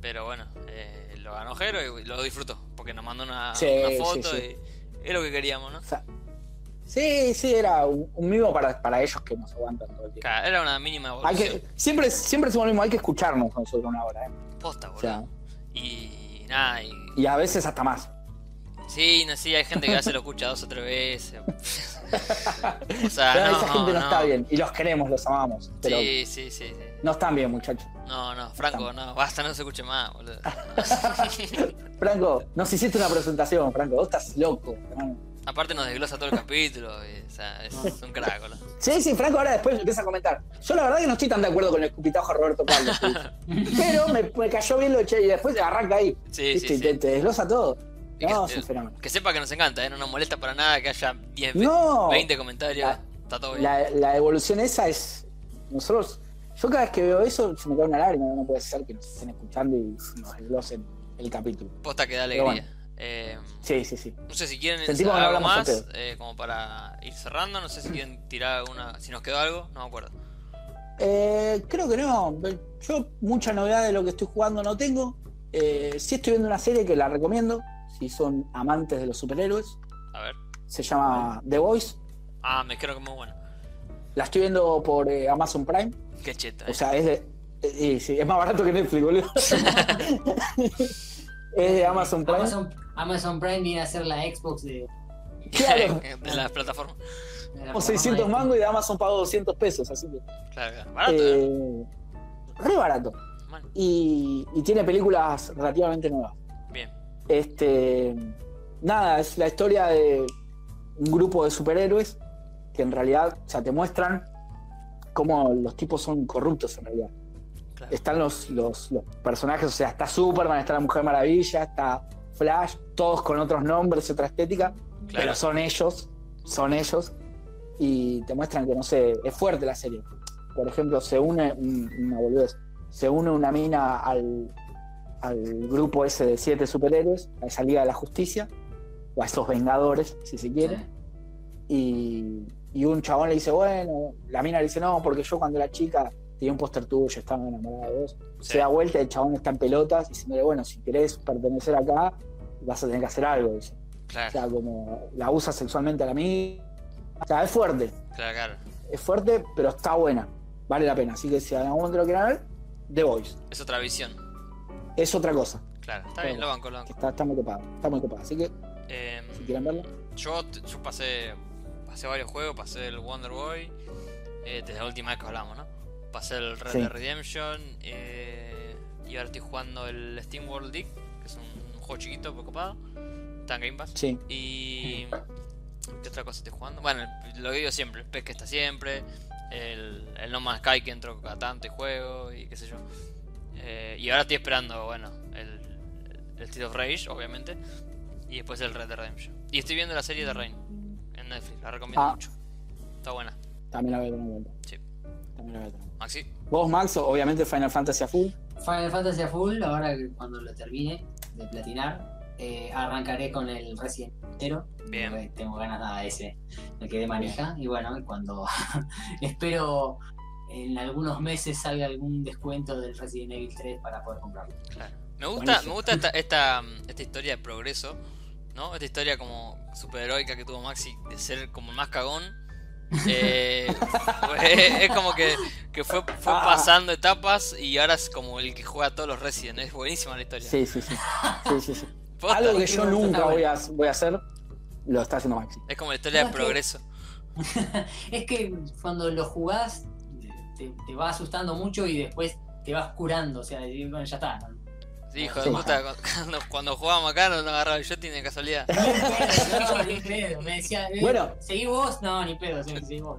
B: Pero bueno, eh, lo ganó Jero y lo disfrutó, porque nos mandó una,
A: Sí,
B: una
A: sí,
B: foto
A: sí.
B: y es lo que queríamos, ¿no?
A: O sea, sí, sí, era un, un mimo para, para ellos que nos aguantan todo el tiempo.
B: Claro, Era una mínima
A: Hay
B: evolución.
A: que, siempre, siempre somos lo mismo, hay que escucharnos nosotros una hora, ¿eh?
B: Posta,
A: O
B: boludo.
A: sea,
B: Y nada, y
A: y a veces hasta más.
B: Sí, no, sí, hay gente que hace lo escucha dos o tres veces. o sea,
A: Pero
B: Ah, no,
A: esa gente no,
B: no.
A: está bien, y los queremos, los amamos, pero
B: Sí, sí, sí, sí.
A: no están bien, muchachos.
B: No, no, Franco, no, basta, no se escuche más, boludo.
A: Franco, nos hiciste una presentación, Franco, vos estás loco. hermano.
B: Aparte nos desglosa todo el capítulo, y, o sea, es un crack, boludo.
A: Sí, sí, Franco ahora después empieza a comentar. Yo la verdad que no estoy tan de acuerdo con el escupitajo de Roberto Pablo, pero me, me cayó bien lo de che, y después arranca ahí.
B: Sí,
A: ¿viste?
B: sí,
A: Y te,
B: sí.
A: te desglosa todo.
B: Y
A: No,
B: que,
A: es un fenómeno.
B: que sepa que nos encanta, ¿eh? no nos molesta para nada que haya 10,
A: No.
B: 20 comentarios.
A: La-
B: Está todo bien.
A: La, la evolución esa es. Nosotros. Yo cada vez que veo eso se me cae una lágrima. No puede ser que nos estén escuchando y nos desglosen el capítulo.
B: Posta que da
A: Pero
B: alegría. Eh,
A: Sí, sí, sí.
B: no sé si quieren
A: Sentimos que no
B: algo
A: hablamos al
B: más,
A: pedo.
B: eh, como para ir cerrando. No sé si quieren tirar alguna. Si nos quedó algo, no me acuerdo.
A: Eh, creo que no. Yo mucha novedad de lo que estoy jugando no tengo. Eh, sí estoy viendo una serie que la recomiendo. Si son amantes de los superhéroes.
B: A ver.
A: Se llama The Voice.
B: Ah, me creo que es muy bueno.
A: La estoy viendo por eh, Amazon Prime.
B: Qué cheta. eh.
A: O sea, es de. eh, sí, es más barato que Netflix, boludo. es de Amazon Prime.
C: Amazon, Amazon Prime viene a ser la Xbox de,
A: Claro.
B: de las plataformas.
C: de la
A: Pagamos 600
C: plataforma
A: mangos y de Amazon pagó 200 pesos, así que.
B: Claro, claro. Barato, eh.
A: eh, re barato.
B: Mal.
A: Y, y tiene películas relativamente nuevas.
B: Bien.
A: Este. Nada, es la historia de un grupo de superhéroes que en realidad, o sea, te muestran cómo los tipos son corruptos en realidad.
B: Claro.
A: Están los, los, los personajes, o sea, está Superman, está la Mujer Maravilla, está Flash, todos con otros nombres y otra estética.
B: Claro.
A: pero son ellos, son ellos, y te muestran que, no sé, es fuerte la serie. Por ejemplo, se une, un- una boludez, se une una mina al, al grupo ese de siete superhéroes, a esa Liga de la Justicia, o a esos Vengadores, si se
C: de-
A: quiere, y, y un chabón le dice, bueno, la mina le dice, no, porque yo cuando era chica tenía un póster tuyo, estaba enamorada de vos.
B: Sí.
A: Se da vuelta, el chabón está en pelotas, diciéndole, bueno, si querés pertenecer acá, vas a tener que hacer algo, dice. O
B: Claro,
A: sea, como la usa sexualmente a la mía. O sea, es fuerte.
B: claro, claro.
A: Es fuerte, pero está buena. Vale la pena. Así que si en algún momento lo quieren ver, The Voice.
B: Es otra visión.
A: Es otra cosa.
B: Claro. Está bien, lo banco, lo banco.
A: que Está, está muy copada. Está muy copada. Así que
B: Eh,
A: si quieren verla.
B: yo, t- yo pasé pasé varios juegos, pasé el Wonder Boy, eh, desde la última vez que hablamos, ¿no? Pasé el Red
A: Sí.
B: Dead Redemption, eh, y ahora estoy jugando el Steam World League, que es un juego chiquito, poco copado. Está en Game Pass.
A: Sí.
B: Y. ¿Qué otra cosa estoy jugando? Bueno, lo que digo siempre, el PES que está siempre, el, el No Man's Sky que entro cada tanto y juego, y qué sé yo. Eh, y ahora estoy esperando, bueno, el, el Street of Rage, obviamente, y después el Red Dead Redemption. Y estoy viendo la serie de Rain en Netflix, la recomiendo
A: Ah.
B: mucho. Está buena.
A: También la voy a tener en cuenta.
B: Sí.
A: También la voy a tener en cuenta.
B: Maxi,
A: Vos, Max, obviamente Final Fantasy a full.
C: Final Fantasy a full, ahora que cuando lo termine de platinar, eh, arrancaré con el Resident entero.
B: Bien.
C: porque Tengo ganas nada de ese. Me quedé manija. Y bueno, y cuando espero en algunos meses salga algún descuento del Resident Evil 3 para poder comprarlo.
B: claro. Me gusta, me
A: Buenísimo.
B: gusta esta, esta, esta historia de progreso, ¿no? Esta historia como superheroica que tuvo Maxi de ser como el más cagón. Eh, fue- es como que, que fue, fue
A: Ah.
B: pasando etapas y ahora es como el que juega a todos los Resident. Es buenísima la historia.
A: Sí, sí, sí. sí, sí, sí.
B: Posta,
A: Algo que
C: es que
A: yo
C: me gusta,
A: nunca
C: está
A: voy a, voy a hacer, lo está haciendo Maxi.
B: Es como la historia
C: No,
B: de
C: es que-
B: progreso.
C: Es que cuando lo jugás, te, te va asustando mucho y después te vas curando. O sea, decís, bueno, ya está. no-
B: Sí, hijo de
A: Sí.
B: puta, cuando, cuando jugábamos acá no nos agarraba el joystick de casualidad.
C: No, ni pedo. Me decía, eh,
A: Bueno.
C: ¿seguí vos? No, ni pedo, sí, seguí vos.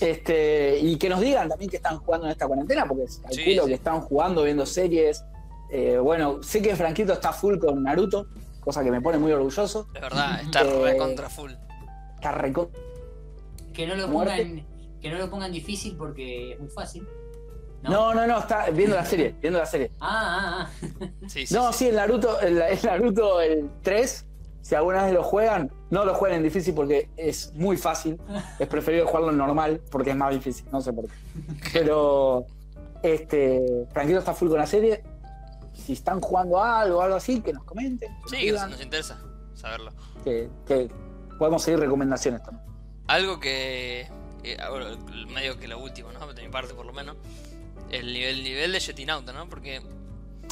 A: Este, y que nos digan también que están jugando en esta cuarentena, porque calculo
B: sí.
A: que están jugando, viendo series. Eh, bueno, sé que Franquito está full con Naruto, cosa que me pone muy orgulloso.
B: Es verdad, está
A: Eh,
B: re contra full.
A: Está reco-
C: Que no lo
A: Muerte.
C: pongan, que no lo pongan difícil porque es muy fácil. ¿No?
A: No, no, no, está viendo la serie, viendo la serie.
C: Ah, ah, ah.
B: Sí, sí,
A: No,
B: sí.
A: sí, el Naruto, el, el Naruto el 3, si alguna vez lo juegan, no lo jueguen en difícil porque es muy fácil. Es preferible jugarlo en normal porque es más difícil, no sé por qué. Pero este, Franquito está full con la serie. Si están jugando algo o algo así, que nos comenten. que nos
B: Sí, que
A: digan.
B: nos, nos interesa saberlo.
A: que, que podemos seguir recomendaciones también.
B: Algo que. eh, bueno, medio que lo último, ¿no? De mi parte, por lo menos. El nivel, nivel de Jetting Auto, ¿no? Porque uh,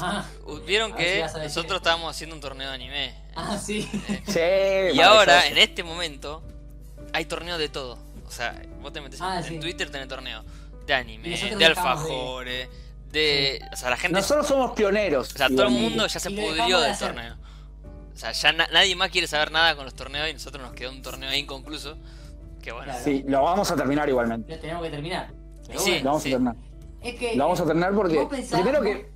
C: Ah,
B: vieron
C: A ver si
B: que
C: vas a decir.
B: nosotros estábamos haciendo un torneo de anime.
C: ah, sí.
A: Sí,
B: Y
A: vale,
B: ahora,
A: sí.
B: en este momento, hay torneos de todo. O sea, vos te metes
C: Ah,
B: en,
C: sí.
B: en Twitter, tenés torneos de anime,
C: Y nosotros
B: de
C: dejamos de-
B: alfajores, de. O sea, la gente.
A: nosotros somos pioneros.
B: o sea, todo el
A: igualmente.
B: mundo ya se
C: Y lo dejamos
B: pudrió
C: de
B: del
C: hacer.
B: torneo. O sea, ya na- nadie más quiere saber nada con los torneos y nosotros nos quedó un torneo ahí inconcluso. Que bueno.
C: Claro.
A: Sí, lo vamos a terminar igualmente.
C: Lo tenemos que terminar. Pero
B: Sí.
A: lo
C: bueno,
A: vamos a terminar.
C: es que
A: Lo vamos a terminar porque
C: vos pensás-
A: primero que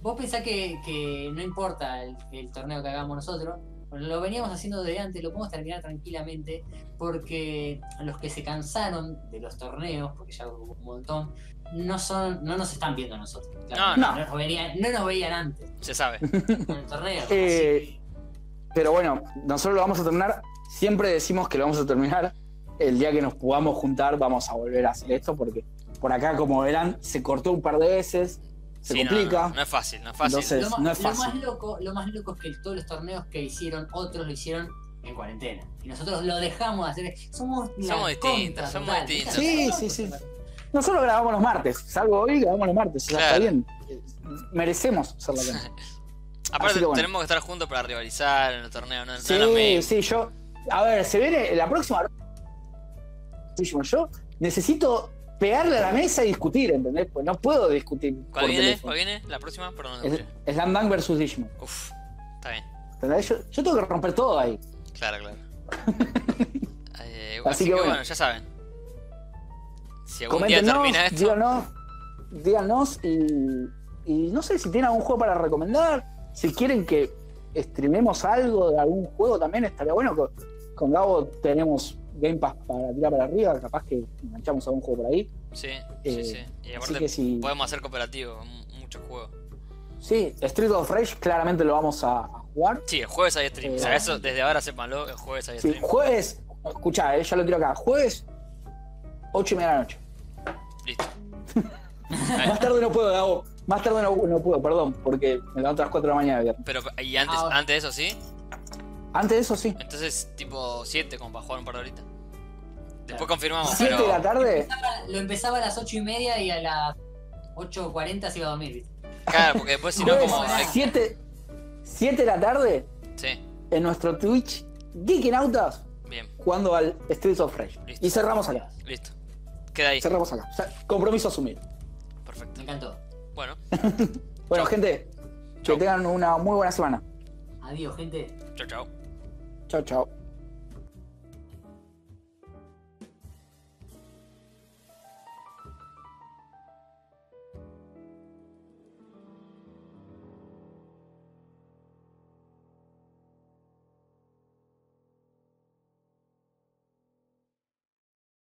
C: vos pensás que, que no importa el, el torneo que hagamos nosotros, Lo veníamos haciendo de antes, lo podemos terminar tranquilamente, porque los que se cansaron de los torneos, porque ya hubo un montón, no son, no nos están viendo a nosotros. Claro,
A: No, no.
C: nos verían, no nos veían antes
B: Se sabe.
C: en el torneo.
A: Eh, pero bueno, nosotros lo vamos a terminar. Siempre decimos que lo vamos a terminar. El día que nos podamos juntar, vamos a volver a hacer esto porque por acá, como verán, se cortó un par de veces. Se
B: Sí, no,
A: complica.
B: No, no es fácil, no es fácil.
A: Entonces-
C: lo, ma-
A: no es
C: lo
A: fácil.
C: más loco, lo más loco es que todos los torneos que hicieron, otros lo hicieron en cuarentena. Y nosotros lo dejamos de hacer. Somos, la
B: Somos distintos,
C: contra
B: somos
C: total.
B: distintos.
A: Sí, sí, sí. Nosotros grabamos los martes. Salvo hoy, grabamos los martes. ya Está
B: Claro.
A: bien. Merecemos hacer la canción.
B: Aparte,
A: así que bueno.
B: tenemos que estar juntos para rivalizar en el torneo, no, no es lo
A: Sí,
B: mismo.
A: sí, yo. A ver, se viene la próxima. Yo necesito pegarle a la mesa y discutir, ¿entendés? Pues no puedo discutir.
B: ¿Cuál
A: por
B: viene?
A: teléfono.
B: ¿Cuál viene? ¿La próxima? Perdón, no
A: Es-
B: escuché.
A: Slam Dunk versus Digimon.
B: Uf, está bien.
A: ¿entendés? Yo, yo tengo que romper todo ahí.
B: Claro, claro. Eh, así,
A: Así
B: que,
A: que
B: bueno.
A: bueno,
B: ya saben. Si algún día
A: Coméntenos,
B: termina esto,
A: díganos, díganos y, y no sé si tienen algún juego para recomendar. Si quieren que streamemos algo de algún juego también estaría bueno. Con, con Gabo tenemos Game Pass para tirar para arriba, capaz que enganchamos algún juego por ahí.
B: sí, sí,
A: eh,
B: sí. Y
A: Así
B: aparte,
A: que si,
B: podemos hacer cooperativo, m- muchos juegos.
A: Sí, Street of Rage claramente lo vamos a, a jugar.
B: Sí, el jueves hay stream.
A: Eh,
B: o sea, eso desde ahora sépanlo, el jueves hay
A: Sí,
B: stream.
A: jueves, escuchá, eh, ya lo tiro acá, jueves 8 y media de la noche.
B: Listo.
A: Más tarde no puedo, Gabo. Más tarde no, no puedo, perdón, porque me levanto a las 4 de la mañana. viernes.
B: Pero, y antes,
C: Ahora.
B: antes de eso, sí.
A: Antes de eso sí.
B: Entonces, tipo 7, como para jugar un par de horitas. Después
C: Claro.
B: confirmamos,
A: 7 de
B: pero.
A: la tarde.
C: Lo empezaba a las 8 y media y a las 8.40 se iba a dormir. ¿viste?
B: Claro, porque después, si no,
A: Jueves,
B: como.
C: hay-
A: 7, 7 de la tarde
B: Sí,
A: en nuestro Twitch Geekinautas
B: bien,
A: jugando al Streets of Rage.
B: Listo.
A: Y cerramos acá.
B: listo. Queda ahí.
A: Cerramos acá. O sea, compromiso asumido.
B: Perfecto.
C: Me encantó.
B: Bueno,
A: Bueno,
B: Chau.
A: gente,
B: Chau.
A: que tengan una muy buena semana.
C: Adiós, gente.
B: chao, chao.
A: Chao, chao.